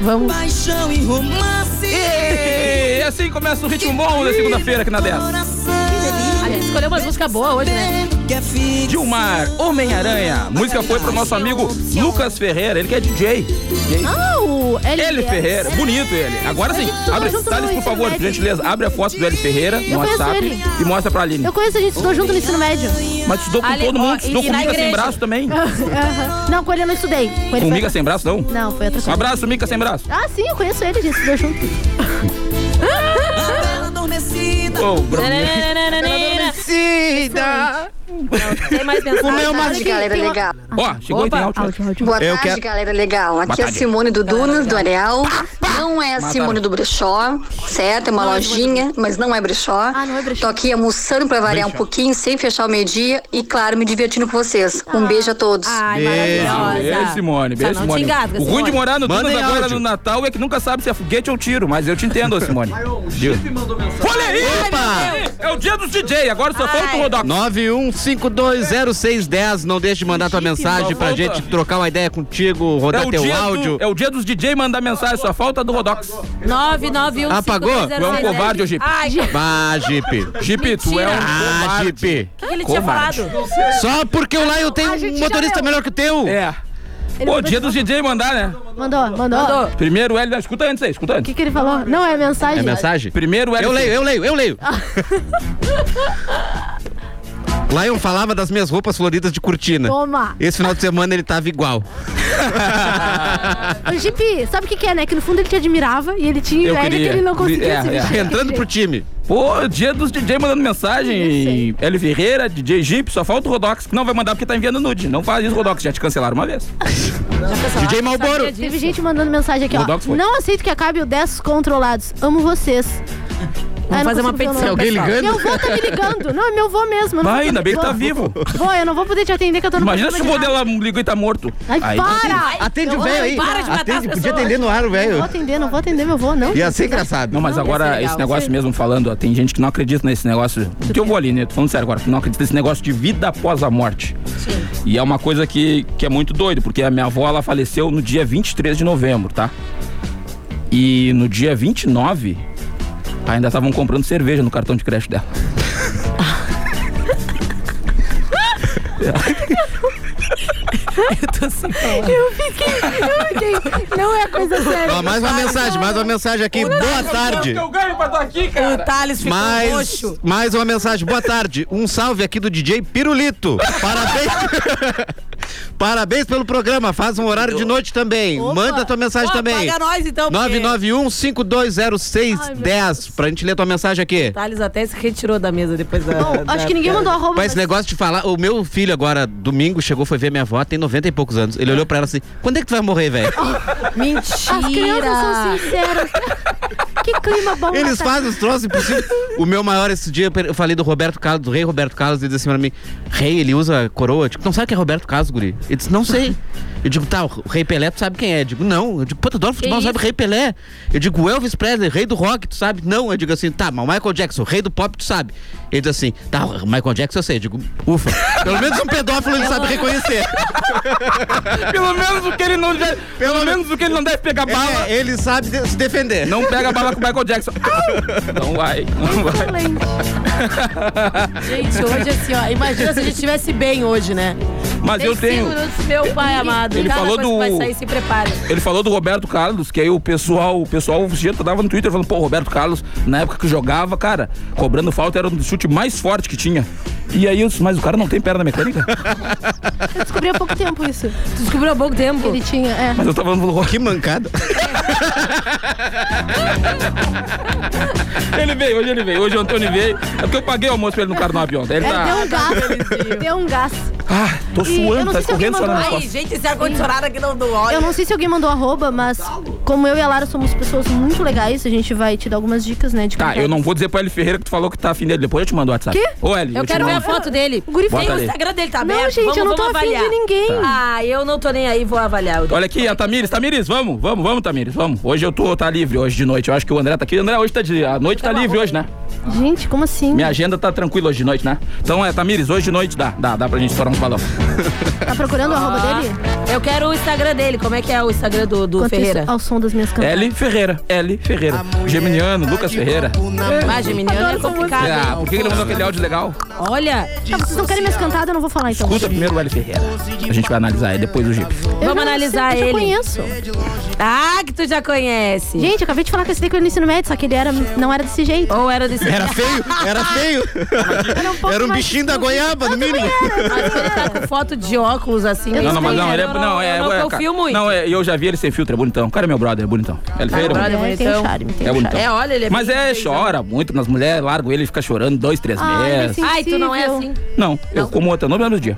Vamos. Paixão e romance. E assim começa o ritmo bom da segunda-feira aqui na 10. Ah, A gente escolheu umas músicas boas hoje, né? Gilmar, Homem-Aranha. A música foi pro nosso amigo Lucas Ferreira, ele que é DJ. DJ. Ah, o L. L Ferreira, bonito ele. Agora sim, abre, Thales, por favor, por gentileza, abre a foto do L Ferreira no Eu conheço WhatsApp ele. e mostra pra Aline. Eu conheço, a gente estudou junto no ensino médio. Mas estudou com Ali, todo ó, mundo, e- estudou e na comigo sem igreja. braço também. Aham. não, com ele eu não estudei. Com ele Com foi- miga sem braço, não? Não, foi outra Um coisa. abraço, Mica sem braço. Ah, sim, eu conheço ele, a gente estudou junto. Adormecida. Ô, Bruno. né? Adormecida. Não tem mais mensagem. O meu mais galera legal. Ó, chegou Opa. aí, tem áudio. Boa Eu tarde, quero- galera legal. Boa Aqui é a tarde. Simone do Dunas, do Areal. Não é a Mataram. Simone do Brechó, certo? É uma lojinha, mas não é Brechó. Ah, não é Brechó. Tô aqui almoçando pra variar um pouquinho, sem fechar o meio-dia e, claro, me divertindo com vocês. Um beijo a todos. Ah. Ai, Beijo, Simone. Beijo, Só não te Simone. engasga, o ruim de Simone. morar no Mandem Dunas agora áudio. no Natal é que nunca sabe se é foguete ou tiro, mas eu te entendo, ô, Simone. Viu? Olha aí! É o dia dos DJ, agora só falta o Rodox. 91520610, não deixe de mandar tua mensagem pra falta. gente trocar uma ideia contigo, rodar é o teu dia áudio. Do, é o dia dos DJ mandar mensagem, só falta do Rodox. 991 Apagou? Tu é um covarde, ô Jeep. Ai, Ah, Jeep. Jeep, tu é um Ah, covarde. Jeep. O que ele tinha Covarde. falado? Só porque lá eu tenho um motorista melhor que o teu. É. Pô, dia dos DJ mandar, né? Mandou, mandou. Primeiro L, não, escuta antes aí, escuta O antes. que, que ele falou? Não, é mensagem. Primeiro L. Eu leio, eu leio, eu leio. Lion falava das minhas roupas floridas de cortina. Toma. Esse final de semana ele tava igual. O Jipe, sabe o que, que é, né? Que no fundo ele te admirava e ele tinha inveja que ele não conseguia se vestir. Entrando pro time. Pô, dia dos DJ mandando mensagem. L Ferreira, DJ Jeep, só falta o Rodox, que não vai mandar porque tá enviando nude. Não faz isso, Rodox, já te cancelaram uma vez. Ah, DJ Malboro. Teve gente mandando mensagem aqui, Bodox ó. foi. Não aceito que acabe o 10 controlados. Amo vocês. Ah, eu não fazer uma consigo ver o petição, nome do pessoal. pessoal. Meu vô tá me ligando. Não, é meu vô mesmo. eu não Vai, vou ainda bem que tá poder- Vô, vivo. Vô, eu não vou poder te atender que eu tô no Imagina se o programa de modelo ligou e tá morto. Ai, para! Atende, Atende o Eu- velho aí. para de matar Atende, as podia pessoas. atender no ar o rádio. Não velho. vou atender, não vou atender meu vô, não. engraçado. Não, mas Não, ia ser agora legal. esse negócio Sim. mesmo falando, ó, tem gente que não acredita nesse negócio. O que eu vou ali, né? Tô falando sério agora, que não acredita nesse negócio de vida após a morte. Sim. E é uma coisa que, que é muito doido, porque a minha avó ela faleceu no dia 23 de novembro, tá? E no dia 29, ainda estavam comprando cerveja no cartão de crédito dela. Eu tô sem falar. Eu fiquei, eu fiquei. Não é coisa séria. Ó, mais uma mensagem, mais uma mensagem aqui. Boa tarde. ganho pra estar aqui, O Thales ficou Mais, roxo. mais uma mensagem. Boa tarde. Um salve aqui do DJ Pirulito. Parabéns. Parabéns pelo programa. Faz um horário de noite também. Manda tua mensagem Ó, também. paga nós, então, porque- 991-520610. Pra gente ler tua mensagem aqui. O Thales até se retirou da mesa depois da. da- Mas esse negócio de falar, o meu filho agora, domingo, chegou, foi ver minha avó, tem 90 e poucos anos. Ele olhou pra ela assim: quando é que tu vai morrer, velho? é Mentira! As crianças são sinceras. que clima bom. Eles Natal. fazem os troços impossíveis. O meu maior esse dia, eu falei do Roberto Carlos, do rei Roberto Carlos, ele disse assim pra mim: Rei, ele usa coroa? Eu digo, não sabe quem é Roberto Carlos, guri? Ele disse, não sei. Eu digo, tá, o rei Pelé, tu sabe quem é? Eu digo, não. Eu digo, pô, tu adora futebol, Que sabe isso? rei Pelé? Eu digo, o Elvis Presley, rei do rock, tu sabe? Não. Eu digo assim, tá, mas o Michael Jackson, rei do pop, tu sabe? Ele diz assim, tá, o Michael Jackson eu sei. Eu digo, ufa. Pelo menos um pedófilo ele sabe reconhecer. Pelo menos o que ele não deve. Pelo, menos o que ele não deve pegar bala. ele sabe se defender. Não pega bala com o Michael Jackson. Au! não vai, não vai. Gente, hoje assim, ó. Imagina se a gente estivesse bem hoje, né? Mas Tem eu tenho- um cinco minutos, meu pai amado. Ele Cada falou coisa do- que Vai sair, se prepara. Ele falou do Roberto Carlos, que aí o pessoal, o pessoal esse dia tava no Twitter falando, pô, Roberto Carlos, na época que jogava, cara, cobrando falta era um dos chutes mais fortes que tinha. E aí eu disse, mas o cara não tem perna mecânica? Eu descobri há pouco tempo isso. Tu descobriu há pouco tempo? Ele tinha, é. mas eu tava no Que mancada. ele veio, hoje ele veio, hoje o Antônio veio. É porque eu paguei o almoço pra ele no Carnop ontem. Ele É, deu tá. um gás. deu um gás. Ah, tô E eu suando, não tá sei se alguém escorrendo só na mandou- minha Ai, costa. Gente, esse ar-condicionado aqui não do óleo. Eu não sei se alguém mandou arroba, mas como eu e a Lara somos pessoas muito legais, a gente vai te dar algumas dicas, né? De Tá, qualquer- eu não vou dizer pro L Ferreira que tu falou que tá afim dele. Depois eu te mando o WhatsApp. Quê? Ô, L, Eu te quero ver a mando. foto dele. Guri Tem feio. o Instagram dele, tá Não, aberto? gente, vamos, eu não tô vamos afim de avaliar. ninguém. Ah, eu não tô nem aí, vou avaliar. Olha aqui, a Tamires. Tamires, vamos, vamos, vamos, Tamires, vamos. Hoje eu tô, tá livre, hoje de noite. Eu acho que o André tá aqui. O André hoje tá de, ah, noite tá livre hoje, né? Gente, como assim? Minha agenda tá tranquila hoje de noite, né? Então, é, Tamires, hoje de noite dá. Dá, dá pra gente estourar um balão. Tá procurando o arroba Ah, dele? Eu quero o Instagram dele. Como é que é o Instagram do, do Enquanto isso, Ferreira? ao som das minhas canções. L Ferreira, L Ferreira. Geminiano, Lucas Ferreira. Mas, Geminiano, é complicado. Ah, hein? por que que ele mandou aquele áudio legal? Olha, Tá, vocês não querem minhas cantadas, eu não vou falar então. Escuta primeiro o L Ferreira. A gente vai analisar, é depois o Jeep. Eu Vamos não analisar sei, eu já ele. conheço. Ah, que tu já conhece. Gente, eu acabei de falar que esse daqui no ensino médio, só que ele era, não era desse jeito. Ou era desse Era feio, era feio. Era um bichinho da goiaba, no mínimo. com foto de óculos assim. Não, não, mas não, ele é. Não, é. Eu é, não confio cara, muito. Não, é, eu já vi ele sem filtro, é bonitão. O cara é meu brother, é bonitão. Ele Ah, feira, o brother é É, tem bonitão. charme, tem É bonitão. É, olha, ele é Mas bem é, chora muito nas mulheres, largo ele, fica chorando dois, três meses. Ai, tu não é assim. Não, eu como outra, não mesmo dia.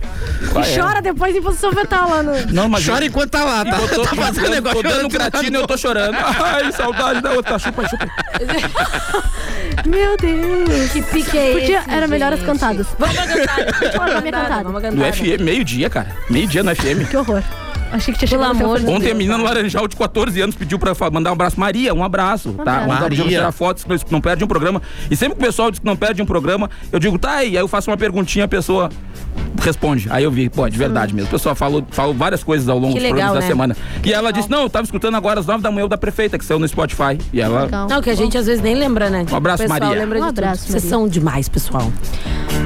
Vai, é. E chora depois em posição fetal lá no. Não, mas Chora enquanto tá lá, tá? Eu tô, Tá fazendo eu Tô negócio, dando chorando gratina e eu tô chorando. Ai, saudade da outra. Chupa, chupa. Meu Deus. Que pique é Podia, esse, era melhor as gente? cantadas. Vamos pra cantada. Vamos pra minha cantada. cantada. Vamos pra No cantada. FM, meio-dia, cara. Meio-dia no FM. Que horror. Achei que tinha Pelo chegado até o amor de Fernando. Ontem a menina no Laranjal de 14 anos pediu pra fa- mandar um abraço. Maria, um abraço. Tá? Um abraço, Maria. tirar fotos, não- não perde um programa. E sempre que o pessoal diz que não perde um programa, eu digo, tá, e aí eu faço uma perguntinha, a pessoa responde. Aí eu vi, pô, de verdade mesmo. O pessoal falou, falou várias coisas ao Que longo dos legal, programas da né? semana. E ela disse, não, eu tava escutando agora às 9 da manhã o da prefeita, que saiu no Spotify. E ela. Não, que a gente às vezes nem lembra, né? Um abraço, o pessoal Maria. Lembra Um de abraço, tudo. Vocês Maria. são demais, pessoal.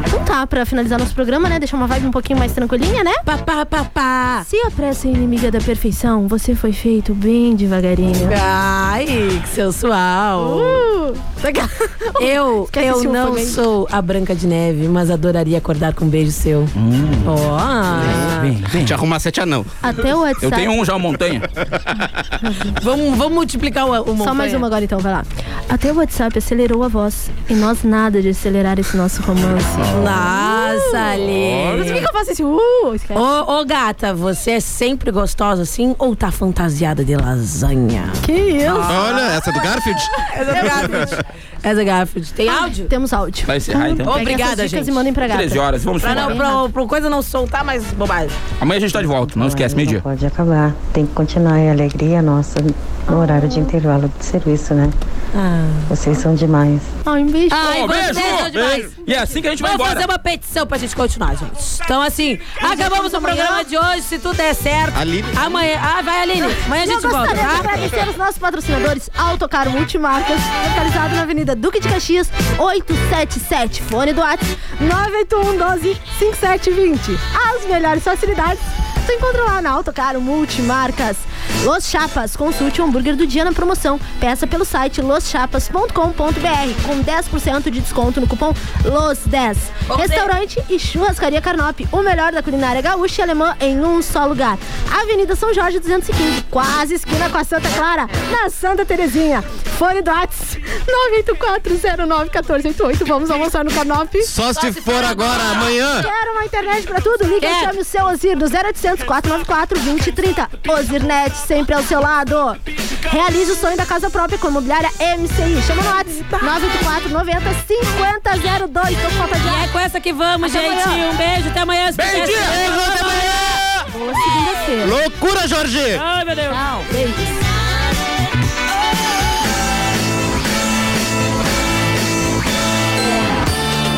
Então tá, pra finalizar nosso programa, né? Deixar uma vibe um pouquinho mais tranquilinha, né? Pá, pá, pá, pá. Se a pressa é inimiga da perfeição, você foi feito bem devagarinho. Ai, que sensual. Uh, Eu, Esquece eu esse ufa, não né? sou a Branca de Neve, mas adoraria acordar com um beijo seu. Hum. Ó. Te arrumar sete anão. Até o WhatsApp. Eu tenho um já, o Montanha. Vamos, vamos multiplicar o, o Só montanha. mais uma agora então, vai lá. Até o WhatsApp acelerou a voz. E nós nada de acelerar esse nosso romance. Nossa, Por que ali. que eu faço esse uh? esquece. Ô, ô, gata, você é sempre gostosa assim ou tá fantasiada de lasanha? Que isso? Olha, essa é do Garfield. Essa é Garfield. Essa é Garfield. Tem áudio? Temos áudio. Vai encerrar, então. Peguem Obrigada, essas dicas gente. e mandem pra gata. 13 horas, vamos Pra, não, embora. pra, pra coisa não soltar mais bobagem. Amanhã a gente tá de volta, não esquece, meio-dia. Pode acabar. Tem que continuar. É alegria nossa no horário de intervalo de serviço, né? Vocês são demais. Ai, um beijo. Ai, vocês são demais. E é assim que a gente vai Vamos embora. fazer uma petição pra gente continuar, gente. Então, assim, acabamos o programa de hoje. Se tudo der certo. Aline. Amanhã. Ah, vai, Aline. Amanhã a gente Eu volta, gostaria de tá? agradecer os nossos patrocinadores Autocar um Multimarcas, localizado na Avenida Duque de Caxias, 877, fone do WhatsApp 981 12 5720. As melhores facilidades tu encontra lá na Autocar um Multimarcas. Los Chapas, consulte o hambúrguer do dia na promoção. Peça pelo site loschapas.com.br com 10% de desconto no cupom LOS10. Restaurante e churrascaria Carnop, o melhor da culinária gaúcha e alemã em um só lugar. Avenida São Jorge 215, quase esquina com a Santa Clara, na Santa Terezinha. Fone do Whats 984091488. Vamos almoçar no Carnop. Só se for agora, amanhã. Quero uma internet pra tudo. Liga e chame o seu Ozir no 0800 494 2030. Ozirnet sempre ao seu lado. Realize o sonho da casa própria com a imobiliária MCI. Chama no WhatsApp 984 90 5002. Tô com falta de E é ar. com essa que vamos, Até gente. amanhã. Um beijo, até amanhã. se Beijo, quiser. até amanhã. é Boa segunda-feira. Loucura, Jorge. Ai, meu Deus. Tchau, beijos.